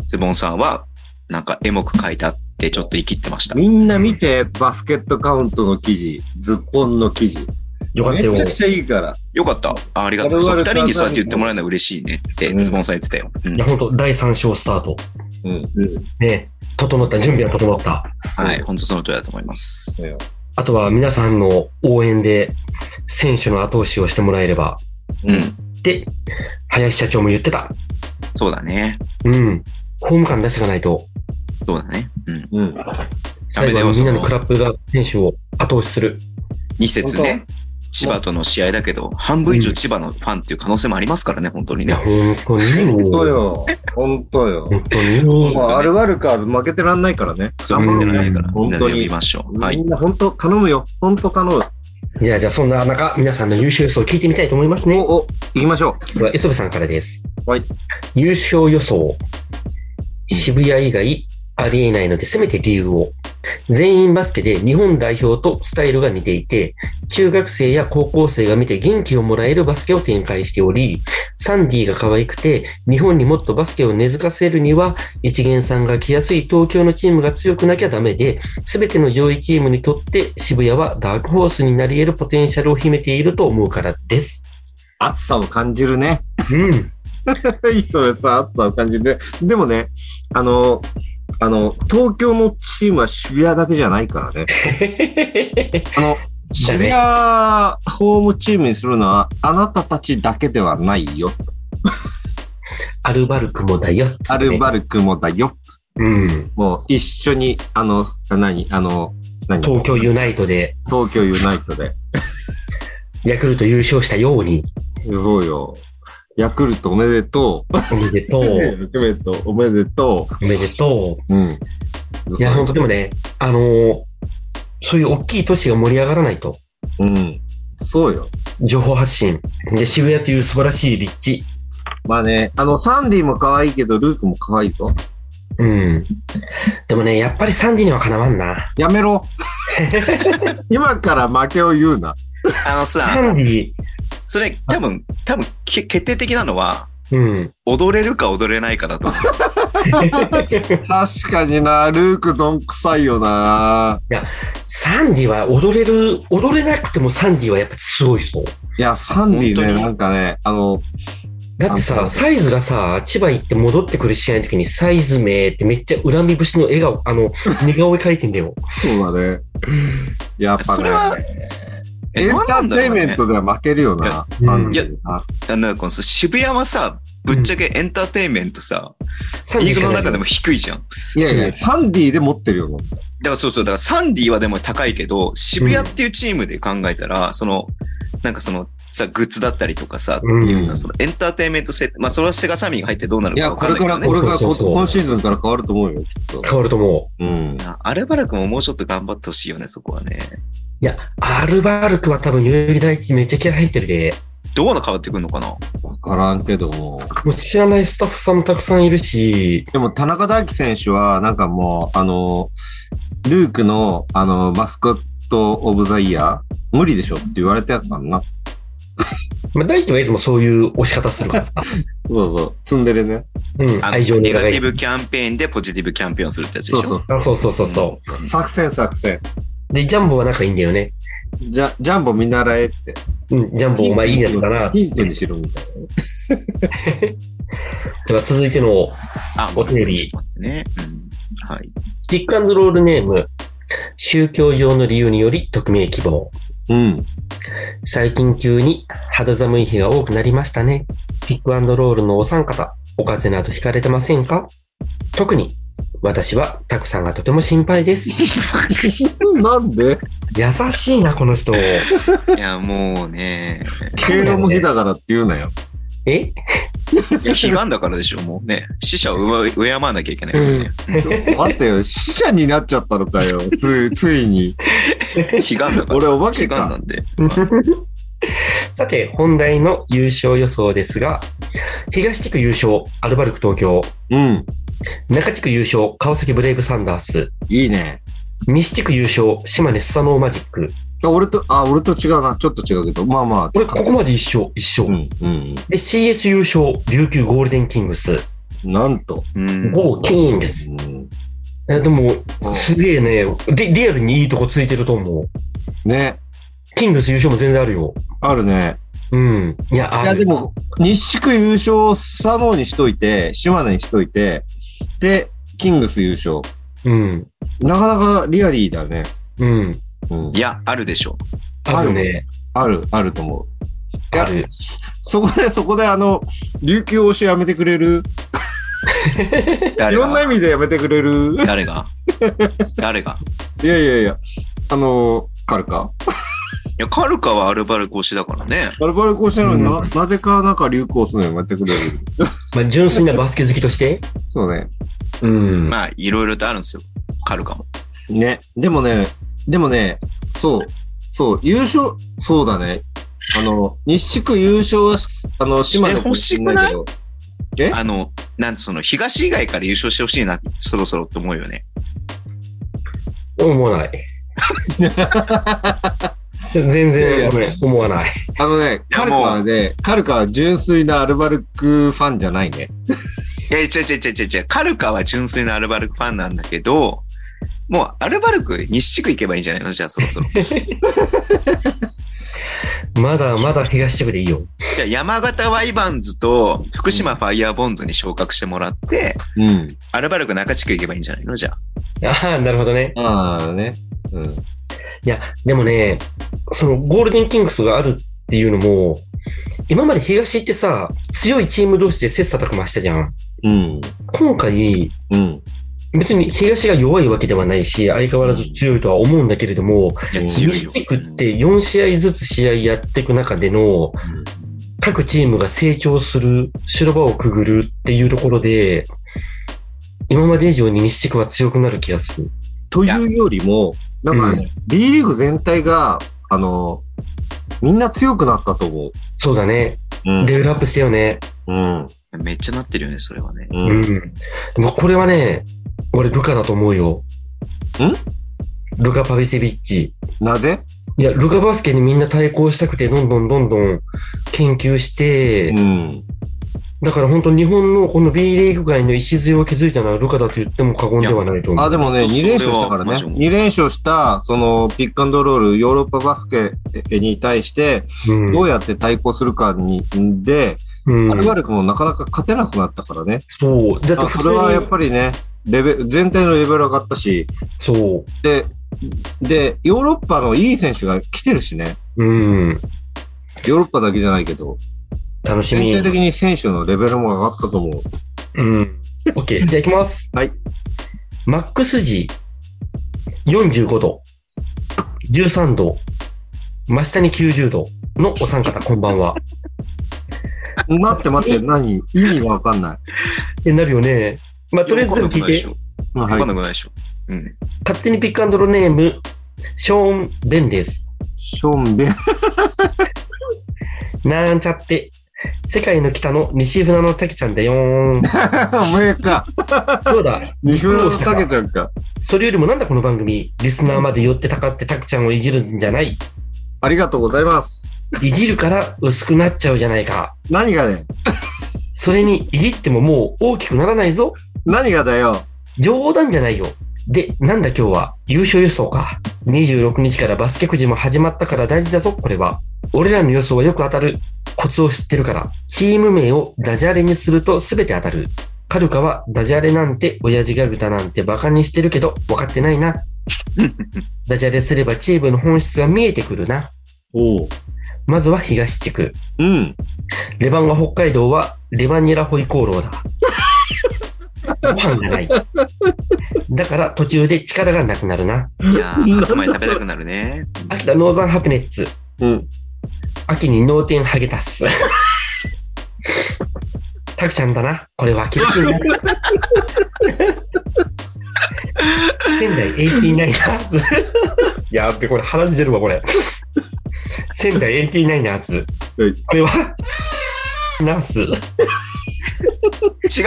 Speaker 3: ズボンさんは、なんかエモく書いたってちょっと言い切ってました。
Speaker 2: みんな見て、バスケットカウントの記事、ズッポンの記事。
Speaker 1: よかったよ
Speaker 2: めちゃ。くちゃいいから。
Speaker 3: よかった。あありがと
Speaker 2: 我
Speaker 3: う。そう
Speaker 2: 々
Speaker 3: 二人にそうやっ
Speaker 2: 考える
Speaker 3: て言ってもらえるのは嬉しいねって、ズボンさん言ってたよ。うん
Speaker 1: いや、ほんと、第3章スタート。
Speaker 2: うん。うん。
Speaker 1: ね。整った。準備が整った。
Speaker 3: はい、本当その通りだと思います。
Speaker 1: あとは皆さんの応援で選手の後押しをしてもらえれば。
Speaker 3: うん、
Speaker 1: で、林社長も言ってた。
Speaker 3: そうだね。
Speaker 1: うん。ホーム感出していかないと、
Speaker 3: そうだね。うん。
Speaker 2: うん。
Speaker 1: 最後
Speaker 3: ダメだよ
Speaker 1: はみんなの
Speaker 3: その
Speaker 1: クラップが選手を後押しする。
Speaker 3: 2節ね、千葉との試合だけど、半分以上千葉のファンっていう可能性もありますからね、本当に
Speaker 1: いや、
Speaker 3: ね。
Speaker 1: 本当にもう。
Speaker 2: 本当よ。本当よ。
Speaker 1: 本当に。
Speaker 2: まあ、アルバルカーズ負けてらんないからね。
Speaker 3: そう思ってないから、
Speaker 2: うん
Speaker 3: みんなで呼びましょう。は
Speaker 2: み
Speaker 3: い。
Speaker 2: んな本当頼むよ。本当頼む。
Speaker 1: じゃあ、じゃあ、そんな中、皆さんの優勝予想を聞いてみたいと思いますね。
Speaker 2: お、お、行きましょ
Speaker 1: これは磯部さんからです。
Speaker 2: はい。
Speaker 1: 優勝予想。渋谷以外ありえないので、せめて理由を。全員バスケで日本代表とスタイルが似ていて、中学生や高校生が見て元気をもらえるバスケを展開しており、サンディが可愛くて、日本にもっとバスケを根付かせるには、一元さんが来やすい東京のチームが強くなきゃダメで、すべての上位チームにとって渋谷はダークホースになり得るポテンシャルを秘めていると思うからです。
Speaker 2: う。暑さを感じるね。
Speaker 1: うん。
Speaker 2: 磯部さん、暑さを感じるね。でもね、あの、あの、東京のチームは渋谷だけじゃないからね。あの、渋谷ホームチームにするのは、あなたたちだけではないよ。
Speaker 1: アルバルクもだよっつって。
Speaker 2: アルバルクもだよ。
Speaker 1: うん。
Speaker 2: もう一緒に、あの、何、あの、何
Speaker 1: 東京ユナイトで
Speaker 2: 東京ユナイトで。
Speaker 1: ヤクルト優勝したように、
Speaker 2: そうよ。ヤクルトおめでとう。
Speaker 1: おめでとう、
Speaker 2: ヤクルトおめでと
Speaker 1: おめでと
Speaker 2: う。うん。
Speaker 1: う。いや、本当でもね、あのーそういう大きい都市が盛り上がらないと。
Speaker 2: うん。そうよ。
Speaker 1: 情報発信。で、渋谷という素晴らしい立地。
Speaker 2: まあね、あの、サンディも可愛いけど、ルークも可愛いぞ。
Speaker 1: うん。でもね、やっぱりサンディにはかなわんな。
Speaker 2: や めろ。今から負けを言うな。
Speaker 3: あのさ、
Speaker 1: サンディ、
Speaker 3: それ多分、多分、け決定的なのは、
Speaker 1: うん。
Speaker 3: 踊れるか踊れないかだと思 う。
Speaker 2: 確かにな、ルークどんくさいよな。
Speaker 1: サンディは踊れる、踊れなくてもサンディはやっぱすごい人。
Speaker 2: いや、サンディ
Speaker 3: 本当
Speaker 2: ね、
Speaker 3: に
Speaker 2: なんかね、あの、
Speaker 1: だって
Speaker 2: あ
Speaker 1: さ、
Speaker 2: そ
Speaker 1: サイズがさ、千葉行って戻ってくる試合の時に、サイズ名ってめっちゃ恨み節の笑顔、あの、似顔絵描いてんだ よ。
Speaker 2: そうだね。やっぱ
Speaker 3: それは
Speaker 2: ね、
Speaker 3: え
Speaker 2: エンタ
Speaker 3: なん
Speaker 2: ー
Speaker 3: だろ
Speaker 2: テイ
Speaker 3: う
Speaker 2: ン
Speaker 3: ね
Speaker 2: メントでは負けるよな、
Speaker 1: いや
Speaker 2: サンデ
Speaker 3: う
Speaker 2: ィな。
Speaker 3: なんだこの渋谷はさ、ぶっちゃけエンターテインメントさ、
Speaker 1: サ
Speaker 3: リーグの中で
Speaker 1: も。
Speaker 3: も低いじゃん。だ
Speaker 2: いやいや、サンディで持ってるよな。
Speaker 3: からそうそう、だからサンディはでも高いけど、渋谷っていうチームで考えたら、その、なんかその、さ、グッズだったりとかさ、
Speaker 1: うん
Speaker 3: っていうさ、そのエンターテインメント性って、まあそれはセガサミーが入ってどうなる
Speaker 2: いや、
Speaker 3: かわ
Speaker 2: こ
Speaker 3: かん
Speaker 2: れ
Speaker 3: な
Speaker 2: から、
Speaker 3: いけどね
Speaker 2: こ。れから、
Speaker 1: そうそうそう
Speaker 2: 今シーズンから変わると思うよ、きっと。
Speaker 1: 変わると思う。
Speaker 2: うん。
Speaker 3: あアルバルクももうちょっと頑張ってほしいよね、そこはね。
Speaker 1: いや、アルバルクは多分、代々木第一めっちゃ気合入ってるで、
Speaker 3: どうの変わってくるのかな
Speaker 2: わからんけども。
Speaker 1: もう知らないスタッフさんもたくさんいるし、
Speaker 2: でも、田中大輝選手は、なんかもう、あの、ルークの、あの、マスコット・オブ・ザ・イヤー、無理でしょって言われてたからな。
Speaker 1: まあ、第一はいつもそういう押し方する からさ。
Speaker 2: そうそう。ツンデレね。
Speaker 1: うん、
Speaker 3: あの
Speaker 1: 愛情
Speaker 3: ネ
Speaker 1: に
Speaker 3: ガ
Speaker 1: 長
Speaker 3: テ
Speaker 1: い
Speaker 3: ィ。ブキャンペーンでポジティブキャンペーンをするってやつでし
Speaker 2: そ
Speaker 3: ょ
Speaker 2: うそう。
Speaker 1: あそうそうそうそ
Speaker 2: 作戦、作戦。
Speaker 1: う。で、ジャンボは仲いいんだよね。
Speaker 2: じゃ、ジャンボ見習えって。
Speaker 1: うん、ジャンボお前いいやつだな。
Speaker 2: ヒントにしろみたい
Speaker 1: では続いての
Speaker 3: あ、
Speaker 1: お便り
Speaker 3: ちょっと待ってね。うん。はい。
Speaker 1: ピックアンドロールネーム、宗教上の理由により匿名希望。
Speaker 2: な。うん。
Speaker 1: 最近急に肌寒い日が多くなりましたね。ピックアンドロールのお三方、お風邪などひかれてませんか特に、私はたくさんがとても心配です。
Speaker 2: なんで
Speaker 1: 優しいな、この人。
Speaker 3: いや、もうね。
Speaker 2: 敬老の日だからって言 うなよ。
Speaker 1: え
Speaker 3: いや、悲願だからでしょ、もうね。死者を敬敬わなきゃいけないからね。
Speaker 2: ちょっと待ってよ。死者になっちゃったのかよ。つ、ついに。
Speaker 3: 悲願だから。
Speaker 2: 俺お化け
Speaker 3: 悲願
Speaker 2: か
Speaker 3: な。んで。
Speaker 1: さて、本題の優勝予想ですが、東地区優勝、アルバルク東京、
Speaker 2: うん。
Speaker 1: 中地区優勝、川崎ブレイブサンダース、
Speaker 2: いいね。
Speaker 1: 西地区優勝、島根スサノーマジック。
Speaker 2: あ俺と、あ、俺と違うな。ちょっと違うけど。まあまあ。
Speaker 1: これ、ここまで一勝、一勝。
Speaker 2: うん、うん。
Speaker 1: で、CS 優勝、琉球ゴールデンキングス、
Speaker 2: なんと。
Speaker 3: うん。
Speaker 1: 某キーンです。
Speaker 2: うん
Speaker 1: えでも、すげえねリ、リアルにいいとこついてると思う。
Speaker 2: ね。
Speaker 1: キングス優勝も全然あるよ。
Speaker 2: あるね。
Speaker 1: うん。いや、
Speaker 2: い
Speaker 1: あ
Speaker 2: や、
Speaker 1: る
Speaker 2: でも、西地区優勝を佐野にしといて、島根にしといて、で、キングス優勝。
Speaker 1: うん。
Speaker 2: なかなかリアリーだね。
Speaker 1: うん。
Speaker 2: うん
Speaker 3: い。や、あるでしょ。
Speaker 1: あるね。
Speaker 2: ある、あると思う。いや
Speaker 1: ある
Speaker 2: そこで、そこで、あの、琉球推しやめてくれるい
Speaker 3: 誰
Speaker 2: ろんな
Speaker 3: が
Speaker 2: 意味でやめてくれる
Speaker 3: 誰が誰が
Speaker 2: いやいやいや、あの、彼か。
Speaker 3: や、カルカはアルバルク推しだからね。
Speaker 4: バルバルこうしたのにな、
Speaker 1: う
Speaker 4: なぜかなんか流行するのよ、全くだけど。
Speaker 1: まあ、純粋なバスケ好きとして。
Speaker 4: そうね。
Speaker 1: うん。
Speaker 3: まあ、いろいろとあるんですよ。カルカも。
Speaker 2: ね。でもね、でもね、そう、そう、優勝、そうだね。あの、西地区優勝は、あの、島根
Speaker 3: してほしくない
Speaker 2: かもれないけど
Speaker 3: あの、なんその、東以外から優勝してほしいな、そろそろって思うよね。
Speaker 1: 思わない。全然ごめん思わない。
Speaker 4: あのね、
Speaker 3: いや
Speaker 4: カルカはね、カルカは純粋なアルバルクファンじゃないね。
Speaker 3: いや、違う違う違う違う違う。カルカは純粋なアルバルクファンなんだけど、もう、アルバルク、西地区行けばいいんじゃないのじゃあ、そ ろそろ。
Speaker 1: まだまだ東地区でいいよ。
Speaker 3: じゃあ山形ワイバンズと福島ファイヤーボンズに昇格してもらって、
Speaker 4: うん。
Speaker 3: アルバルク中地区行けばいいんじゃないのじゃあ。
Speaker 1: ああ、なるほどね。
Speaker 2: ああね。うん。
Speaker 1: いや、でもね、そのゴールデンキングスがあるっていうのも、今まで東ってさ、強いチーム同士で切磋琢磨したじゃん。
Speaker 2: うん。
Speaker 1: 今回、
Speaker 2: うん。
Speaker 1: 別に東が弱いわけではないし、相変わらず強いとは思うんだけれども、
Speaker 3: いや、強い
Speaker 1: 西
Speaker 3: よ。
Speaker 1: 地区って4試合ずつ試合やっていく中での、各チームが成長する、修羅場をくぐるっていうところで、今まで以上に西地区は強くなる気がする。
Speaker 2: というよりも、なんかね、B リーグ全体が、あの、みんな強くなったと思う。
Speaker 1: そうだね。
Speaker 2: うん。
Speaker 1: レベルアップしたよね。
Speaker 2: うん。
Speaker 3: めっちゃなってるよね、それはね。
Speaker 2: う。
Speaker 1: うんん。でもこれはね、俺ルカだと思うよ。
Speaker 2: ん
Speaker 1: ルカ・パビセビッチ。
Speaker 4: なぜ
Speaker 1: いや、ルカバスケにみんな対抗したくて、どんどんどんどん研究して、
Speaker 2: うん。
Speaker 1: だから本当日本のこの B リーグ界の礎を築いたのはルカだと言っても過言ではないと思う。
Speaker 4: あ、でもね、
Speaker 3: そう
Speaker 4: 2連勝したか
Speaker 3: それ
Speaker 4: らね。
Speaker 3: はマジ思う
Speaker 4: 2連勝した、その、ピックアンドロール、ヨーロッパバスケに対して、
Speaker 1: うん
Speaker 4: どうやって対抗するかに、で、
Speaker 1: うん
Speaker 4: アルバルクもなかなか勝てなくなったからね。
Speaker 1: そう。だって
Speaker 4: あ
Speaker 1: 普
Speaker 4: そ
Speaker 1: 通
Speaker 4: れ
Speaker 1: に
Speaker 4: はやっぱりね、レベル、全体のレベル上がったし、
Speaker 1: そ
Speaker 4: で、で、ヨーロッパのいい選手が来てるしね。
Speaker 1: う。うん。
Speaker 4: ヨーロッパだけじゃないけど、
Speaker 1: 楽しみ
Speaker 4: 全。体的に選手のレベルも上がったと思
Speaker 1: う
Speaker 4: う。
Speaker 1: ん。OK。じゃあ行きます。
Speaker 4: はい。
Speaker 1: マックス時、45度、13度、真下に90度のお三方、こんばんは。
Speaker 4: 待って待って、何意味がわかんない。
Speaker 1: え、なるよね。まあ、とりあえず全部聞いて、
Speaker 4: まあ
Speaker 3: わかん
Speaker 4: はい。
Speaker 3: なくないでしょ。うん。
Speaker 1: 勝手にピックアンドロールネーム、ショーン・ベンです。
Speaker 4: ションベ ン。
Speaker 1: なんちゃって、世界の北の西船の滝ちゃんだよーん。
Speaker 4: おめえか。
Speaker 1: どうだ
Speaker 4: 二分をかけちゃうか。
Speaker 1: それよりもなんだこの番組、リスナーまで寄ってたかって滝ちゃんをいじるんじゃない。
Speaker 4: ありがとうございます。
Speaker 1: いじるから薄くなっちゃうじゃないか。
Speaker 4: 何がね、
Speaker 1: それに、いじってももう大きくならないぞ。
Speaker 4: 何がだよ。
Speaker 1: 冗談じゃないよ。で、なんだ今日は、優勝予想か。26日からバスケくじも始まったから大事だぞ、これは。俺らの予想はよく当たる。コツを知ってるから。チーム名をダジャレにすると全て当たる。カルカはダジャレなんて、親父ギャグだなんてバカにしてるけど、分かってないな。ダジャレすればチームの本質が見えてくるな。
Speaker 2: おう。
Speaker 1: まずは東地区。
Speaker 2: うん。
Speaker 1: レバンは北海道はレバニラホイコーロ ーだ。ご飯がない。だから途中で力がなくなるな。
Speaker 3: いやー、白米食べたくなるね。
Speaker 1: 秋田ノーザンハピネッツ。
Speaker 4: うん。
Speaker 1: 秋に脳天ハゲタス。タクちゃんだな。これは厳しいな。仙台89 ers やっべ、これ腹出るわ、これ。仙台89 ers
Speaker 4: はい
Speaker 1: これは、ナース。
Speaker 3: 違う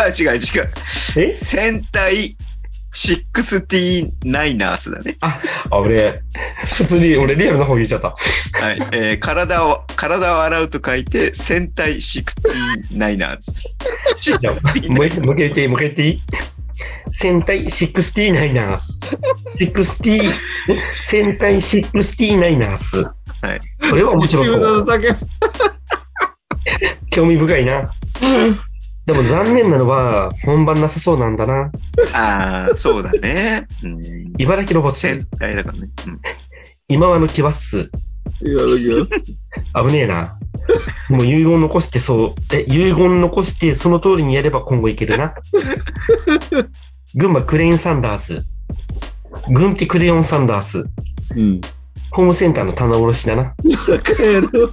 Speaker 3: 違う違う。
Speaker 1: え
Speaker 3: 戦隊69ナイナースだね。
Speaker 1: あ、俺、普通に俺リアルな方言っちゃった。
Speaker 3: はい。えー体を、体を洗うと書いて、戦隊69ナイナーズ。
Speaker 1: じゃあ、もう一回、もう一回言っていいもう一回言っていい戦隊69ナイナース。60、戦隊69ナイナース。
Speaker 3: はい。
Speaker 1: それは面白
Speaker 4: 西浦
Speaker 1: そ
Speaker 4: の
Speaker 1: う。
Speaker 4: 竹。
Speaker 1: 興味深いな。でも残念なのは、本番なさそうなんだな。
Speaker 3: ああ、そうだね。うん
Speaker 1: 茨城ロボッ
Speaker 3: 戦
Speaker 1: ト、
Speaker 3: 隊だからね。うん
Speaker 1: 今はのキバッス。
Speaker 4: 今の言う
Speaker 1: 危ねえな。もう遺言残してそう、え、遺言残してその通りにやれば今後いけるな。群馬クレインサンダース。軍手クレヨンサンダース。
Speaker 4: うん。
Speaker 1: ホームセンターの棚卸しだな。
Speaker 2: バカ野郎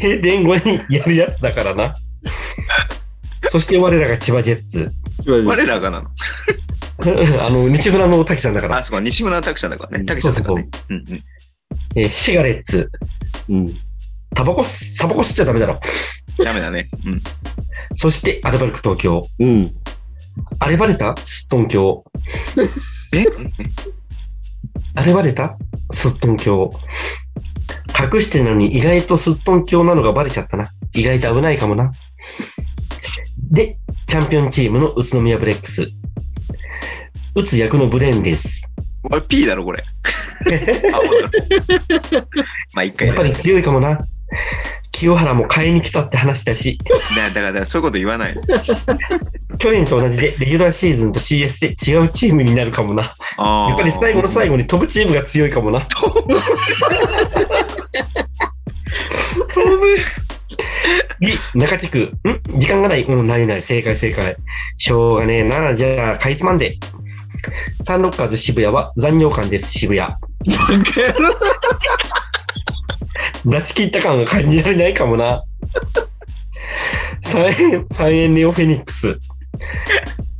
Speaker 1: 閉店後にやるやつだからな。そして我らが千葉ジェッツ。
Speaker 3: 我らがなの。
Speaker 1: あの、西村の滝さんだから。
Speaker 3: あ、そこ、西村拓さんだから
Speaker 1: うん
Speaker 3: ね。拓さんだからね。うんうん
Speaker 1: えーシガレッツ。
Speaker 2: うん。
Speaker 1: タバコ吸、タバコ吸っちゃダメだろ。
Speaker 3: ダメだね。うん。
Speaker 1: そして、アルバルク東京。
Speaker 2: うん。
Speaker 1: アレバレタすっとん京。
Speaker 3: え
Speaker 1: アレバレタすっとん京。隠してなのに意外とすっとん京なのがバレちゃったな。意外と危ないかもな。で、チャンピオンチームの宇都宮ブレックス。打つ役のブレーンです。
Speaker 3: お前 P だろ、これ。あ、ほらまあ、一回
Speaker 1: やっぱ
Speaker 3: ね
Speaker 1: り強いかもな。清原も買いに来たって話だし、
Speaker 3: だだから、そういうこと言わないの。
Speaker 1: 去年と同じでレギュラーシーズンと CS で違うチームになるかもな。
Speaker 3: あー
Speaker 1: やっぱり最後の最後に飛ぶチームが強いかもな。次、中地区。ん時間がない。うん、ないない。正解、正解。しょうがねえな。じゃあ、かいつまんで。サンロッカーズ渋谷は残尿感です、渋谷。出し切った感が感じられないかもな。三円、三円ネオフェニックス。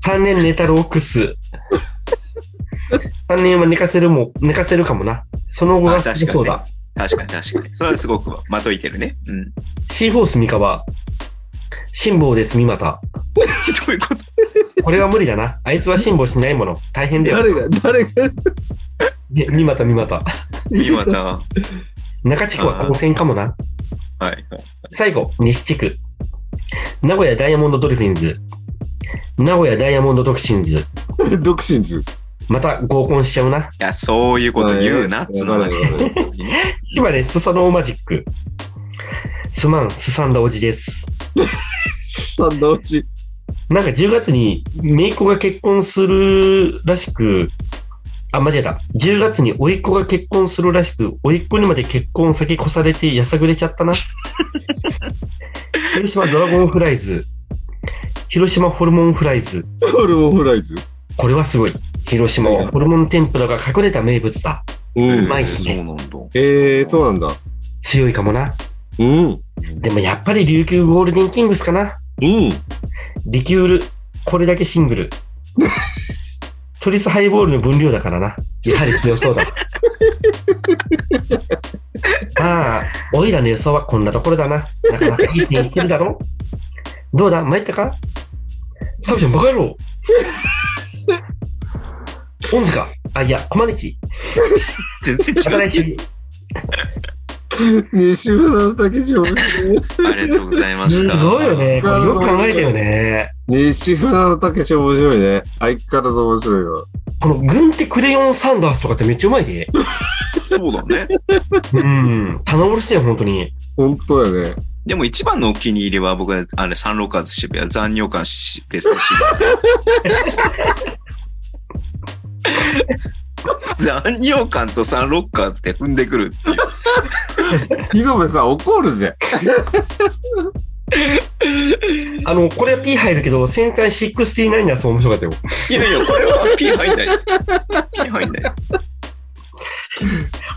Speaker 1: 三年ネタロークス。三年は寝かせるも、寝かせるかもな。その後
Speaker 3: あ
Speaker 1: は
Speaker 3: 確かにね
Speaker 1: そうだ。
Speaker 3: 確かに確かに。それはすごくまといてるね。うん。ど
Speaker 1: シーフォース三河。辛抱です、三股。
Speaker 3: ういう こと
Speaker 1: これは無理だな。あいつは辛抱しないもの。大変だよ。
Speaker 2: 誰が、誰 が、
Speaker 1: ね三股、三股。
Speaker 3: 今だ。は
Speaker 1: 中地区は混戦かもな。
Speaker 3: いはい。
Speaker 1: 最後、西地区。名古屋ダイヤモンドドルフィンズ。名古屋ダイヤモンドドクシンズ。
Speaker 2: 独身図。
Speaker 1: また合コンしちゃうな。
Speaker 3: いや、そういうこと言うな、つの話。
Speaker 2: わかる
Speaker 1: 今ね、スサノオマジック。すまん、すさんだおじです。
Speaker 2: サンドウチ。
Speaker 1: なんか10月に、姪っ子が結婚するらしく、あ、間違えた。10月に甥っ子が結婚するらしく、甥っ子にまで結婚先越されてやさぐれちゃったな。広島ドラゴンフライズ。広島ホルモンフライズ。
Speaker 2: ホルモンフライズ。
Speaker 1: これはすごい。広島はホルモン天ぷらが隠れた名物だ。
Speaker 2: う
Speaker 3: うん
Speaker 2: ん。
Speaker 1: まいっす
Speaker 3: そう
Speaker 1: ね
Speaker 3: なんだ。
Speaker 2: えー、そうなんだ。
Speaker 1: 強いかもな。
Speaker 2: うん。
Speaker 1: でもやっぱり琉球ゴールデンキングスかな。
Speaker 2: うん。
Speaker 1: リキュール、これだけシングル。トリスハイボールの分量だからな。やはり強そうだ。まあ、おいらの予想はこんなところだな。なかなかいい線いってるだろどうだ参ったかサブちゃん、バカ野郎。オンズかあ、いや、コマネチ。
Speaker 3: 全然
Speaker 1: バカ ネ
Speaker 3: 違
Speaker 1: チ。
Speaker 3: う。
Speaker 2: 西村武史面白い。
Speaker 3: ありがとうございまし
Speaker 1: す
Speaker 3: た。
Speaker 1: ごいよね。これよく考えたよね。
Speaker 2: 西村武史面白いね。相変わらず面白いわ。
Speaker 1: この、軍手クレヨンサンダースとかってめっちゃうまいで。
Speaker 3: そうだね。
Speaker 1: うん。棚卸しだよ、本当に。
Speaker 2: 本当やね。
Speaker 3: でも一番のお気に入りは僕は、あれ、サンローカーズ渋谷、残尿感しベスト渋谷。残尿感とサンロッカーズで踏んでくるっていう。
Speaker 2: 磯部さん怒るぜ。
Speaker 1: あの、これは P 入るけど、戦艦69ナース面白かったよ。
Speaker 3: いやいや、これは P 入んない。P 入んない。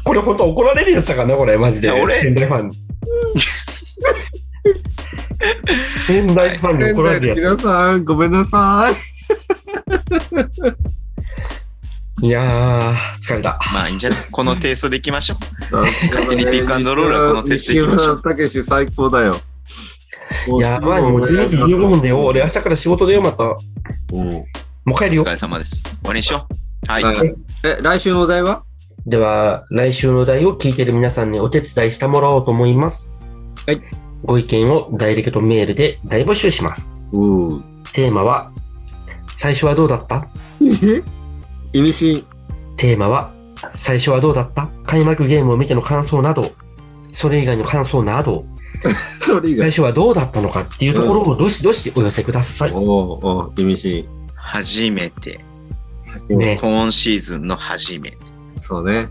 Speaker 1: これ本当怒られるやつだからな、これ、マジで。
Speaker 3: いや俺
Speaker 1: 仙台ファン。仙台ファンに怒られるやつ。
Speaker 2: 皆さん、ごめんなさい。
Speaker 1: いやー、疲れた。
Speaker 3: まあいいんじゃないこのテイストでいきましょう。
Speaker 2: 勝
Speaker 3: 手にピックアンドロールはこのテスト行きましょう
Speaker 2: たけし最高だよ。
Speaker 1: いやばい、もう12時15分だよ。俺、明日から仕事だよ、また。も
Speaker 2: うん
Speaker 1: う帰る
Speaker 3: お
Speaker 1: よ
Speaker 3: 疲。れ様です。終わりにしよう。はい。
Speaker 2: はいえ、来週のお題は
Speaker 1: では、来週のお題を聞いてる皆さんにお手伝いしてもらおうと思います。
Speaker 2: はい。
Speaker 1: ご意見をダイレクトメールで大募集します。
Speaker 2: うん。
Speaker 1: テーマは、最初はどうだった
Speaker 2: え意味深。
Speaker 1: テーマは、最初はどうだった開幕ゲームを見ての感想など、それ以外の感想など、
Speaker 2: それ以
Speaker 1: 最
Speaker 2: 外。
Speaker 1: 初はどうだったのかっていうところをどしどしお寄せください。
Speaker 2: おうおう意味深。
Speaker 3: 初めて。
Speaker 1: ね、
Speaker 3: 今シーズンの初めて。
Speaker 2: そうね。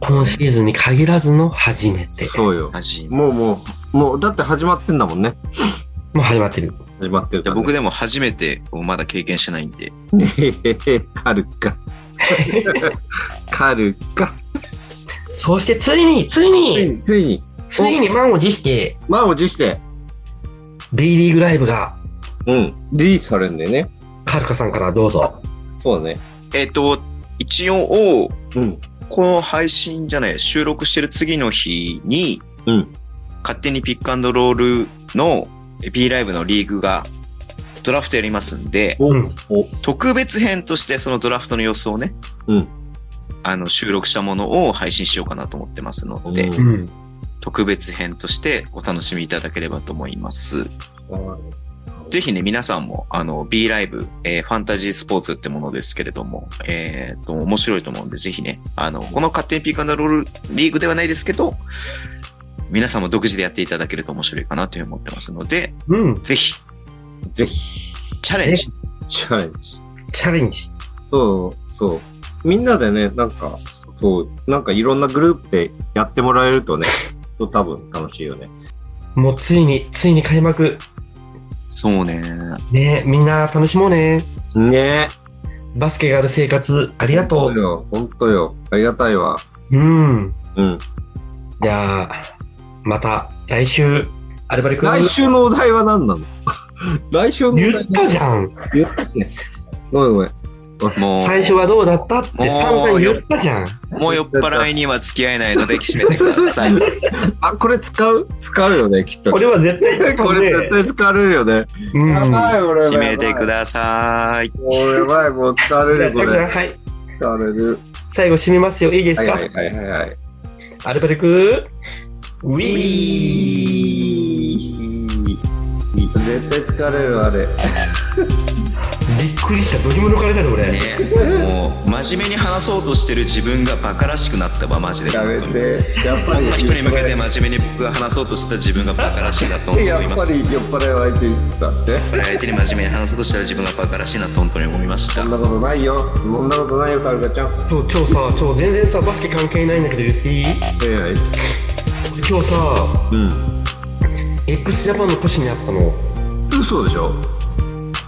Speaker 1: 今シーズンに限らずの初めて。
Speaker 2: そうよ。
Speaker 3: 初めて。
Speaker 2: もうもう、もう、だって始まってんだもんね。
Speaker 1: もう始まってる。
Speaker 2: 始まってる
Speaker 3: いや
Speaker 2: から、
Speaker 3: 僕でも初めてをまだ経 験してないんで。
Speaker 2: ね。カルか。カルか。
Speaker 1: そしてついに、つい
Speaker 2: つい
Speaker 1: に、
Speaker 2: に、ついに、
Speaker 1: ついに満を持して、
Speaker 2: 満を持して、
Speaker 1: B リーグライブが、
Speaker 2: うん、リリースされるんだよね。
Speaker 1: カルカさんからどうぞ。
Speaker 2: そうだね。
Speaker 3: えっ、と、一応、
Speaker 2: うん。
Speaker 3: この配信じゃない、収録してる次の日に、
Speaker 2: うん
Speaker 3: 勝手にピックアンドロールの B ライブのリーグがドラフトやりますんで、
Speaker 2: お
Speaker 1: うん
Speaker 2: お、
Speaker 3: 特別編としてそのドラフトの様子をね、
Speaker 2: うん
Speaker 3: あの収録したものを配信しようかなと思ってますので、
Speaker 2: うん
Speaker 1: うん。
Speaker 3: 特別編としてお楽しみいただければと思います。ぜひね、皆さんも、あの、B ライブ、えーファンタジースポーツってものですけれども、えーっと、面白いと思うんで、ぜひね、あの、この勝手にピーカンダロールリーグではないですけど、皆さんも独自でやっていただけると面白いかなというふうに思ってますので、
Speaker 1: うん。
Speaker 3: ぜひ、
Speaker 2: ぜひ、
Speaker 3: チャレンジ。
Speaker 2: チャレンジ。
Speaker 1: チャレンジ。
Speaker 2: そう、そう。みんなでね、なんか、そう、なんかいろんなグループでやってもらえ るとね、多分楽しいよね。
Speaker 1: もうついに、ついに開幕。
Speaker 3: そうね。
Speaker 1: ねみんな楽しもうね。
Speaker 2: ねえ。
Speaker 1: バスケがある生活、あ
Speaker 2: あ
Speaker 1: りがとう。
Speaker 2: よ。本当よ。ありがたいわ。
Speaker 1: うん。
Speaker 2: うん。
Speaker 1: じゃあ、また来週、アルバル君
Speaker 2: 来週のお題は何なの 来週のお題
Speaker 1: 言ったじゃん。
Speaker 2: 言ったね。ごめんごめん。
Speaker 3: もう、
Speaker 1: 最初はどうだったって散々言ったじゃん。
Speaker 3: もう酔っ払いには付き合えないので、締めてくだ さい。
Speaker 2: あ、これ使う使うよね、きっと。
Speaker 1: 俺は絶対言うかも
Speaker 2: これ
Speaker 1: ね
Speaker 2: 絶。対使われるよね。
Speaker 1: うん。
Speaker 2: やばい、俺
Speaker 3: 締めてく
Speaker 2: い。
Speaker 3: ださい。
Speaker 2: もうやばい、もう疲れ
Speaker 1: だ
Speaker 2: る、こ
Speaker 1: から
Speaker 2: れ。
Speaker 1: はい。
Speaker 2: 疲れる。
Speaker 1: 最後締めますよ。いいです
Speaker 2: はい
Speaker 1: か、
Speaker 2: はいはいはいはい。
Speaker 1: アルバルクウィ
Speaker 2: 絶対疲れる、あれ。
Speaker 1: ーびっくりした。どぎも抜かれたで俺。
Speaker 3: ね、もう、真面目に話そうとしてる自分がバカらしくなったわ、マジで。
Speaker 2: やめて。やっぱ
Speaker 3: こん
Speaker 2: り。
Speaker 3: な人に向けて真面目に僕が話そうとした自分がバカらしいなと思い
Speaker 2: や
Speaker 3: ま
Speaker 2: っ
Speaker 3: し
Speaker 2: ぱ
Speaker 3: た。
Speaker 2: り酔っ払いを相手にしてたって。
Speaker 3: 相手に真面目に話そうとした自分がバカらしいなと本当に思いまし
Speaker 2: そ
Speaker 3: た
Speaker 2: ん。なことないよ。そんなことないよ、カルカちゃん。
Speaker 1: そう今日さ、今日全然さ、バスケ関係ないんだけど言っていい
Speaker 2: ええ。
Speaker 1: 今日さ、
Speaker 2: うん。
Speaker 1: x ジャパンの腰にあったの。
Speaker 2: 嘘でしょ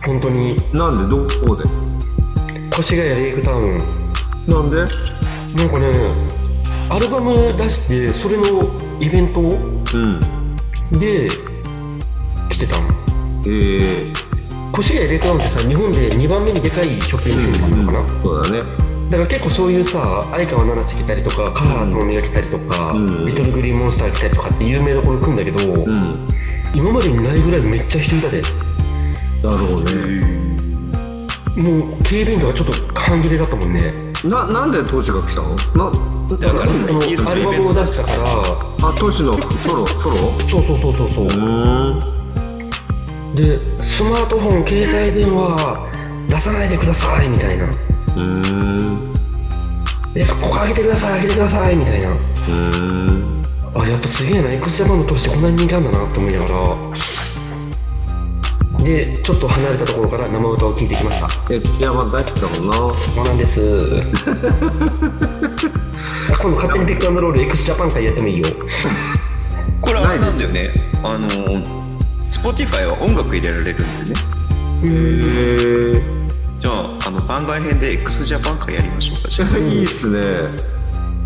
Speaker 1: 本当に。
Speaker 2: なんでどこで
Speaker 1: 越谷レイクタウン。
Speaker 2: なんで
Speaker 1: なんかね、アルバム出して、それのイベント
Speaker 2: うん。
Speaker 1: で来てたの
Speaker 2: ええ
Speaker 1: 越谷レイクタウンってさ日本で2番目にでかいショッピングセンターなのかな、
Speaker 2: そうだね。
Speaker 1: だから結構そういうさ相川七瀬来たりとか川原智美が来たりとか、
Speaker 2: うん
Speaker 1: リトルグリーンモンスター来たりとかって有名どころ来るんだけど、
Speaker 2: うん。
Speaker 1: 今までにないぐらいめっちゃ人いたで
Speaker 2: だろうね。
Speaker 1: もう警備員とかちょっと半切れだったもんね
Speaker 2: な、なんでトシが来たのな、
Speaker 3: だから
Speaker 1: あの
Speaker 3: イギリス
Speaker 1: ア
Speaker 3: の
Speaker 1: ル
Speaker 3: イ
Speaker 1: バ
Speaker 3: ベン
Speaker 1: ムを
Speaker 3: ト
Speaker 1: 出したから
Speaker 2: あ、トシのソロ、ソロ
Speaker 1: そうそうそうそうそう、
Speaker 2: ん。
Speaker 1: でスマートフォン携帯電話出さないでくださいみたいな
Speaker 2: うん。
Speaker 1: でここ上げてください上げてくださいみたいな
Speaker 2: うん。
Speaker 1: あやっぱすげえな x ジャパンの投資ってこんなに人気あんだなって思いながらでちょっと離れたところから生歌を聴いてきました
Speaker 2: え、土山大好きだもんな。
Speaker 1: そうなんです 今度勝手にピックアンドロール x ジャパン会やってもいいよ
Speaker 3: これあれなんだよね。あの、Spotify は音楽入れられるんでね。
Speaker 2: へえ。
Speaker 3: じゃあ、あの番外編で x ジャパン会やりましょうか。じゃあ
Speaker 2: いいっすね。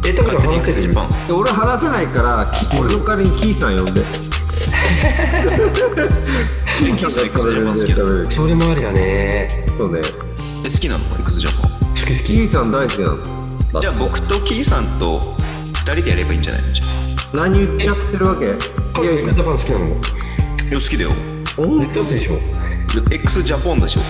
Speaker 1: えタコちゃん
Speaker 3: 勝手に
Speaker 1: 話
Speaker 3: x
Speaker 1: せ
Speaker 3: ジ
Speaker 1: る
Speaker 3: ャパ ン。
Speaker 2: で俺話せないから、き俺の代わりにキーさん呼んで。キーさんがこれで食べれる。
Speaker 1: それもありだね
Speaker 2: そうね。
Speaker 3: え好きなの x ジャパン。
Speaker 1: 好き好
Speaker 2: キ
Speaker 1: き
Speaker 2: ーさん大好きなの。
Speaker 3: じゃあ、僕とキーさんと2人でやればいいんじゃないのじゃあ
Speaker 2: 何言っちゃってるわけ
Speaker 1: カ
Speaker 2: い
Speaker 1: ルカ x
Speaker 2: や
Speaker 1: ジ
Speaker 2: いや、
Speaker 1: ャパン好きなの
Speaker 3: いや好きだよ。
Speaker 1: 絶対嘘でしょ
Speaker 3: x ジャパンでしょ。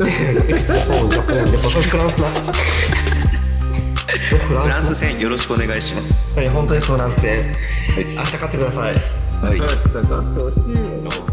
Speaker 1: x ジャパンジャパンやっぱそれフランスなそれフ
Speaker 3: フ
Speaker 1: ラ
Speaker 3: ラ
Speaker 1: ン
Speaker 3: ンス
Speaker 1: ス
Speaker 3: 戦よろしくお願いします。
Speaker 1: はい本当にそうなんですね
Speaker 3: は
Speaker 1: 明日勝ってください
Speaker 2: 明日買ってほしいよ。
Speaker 3: い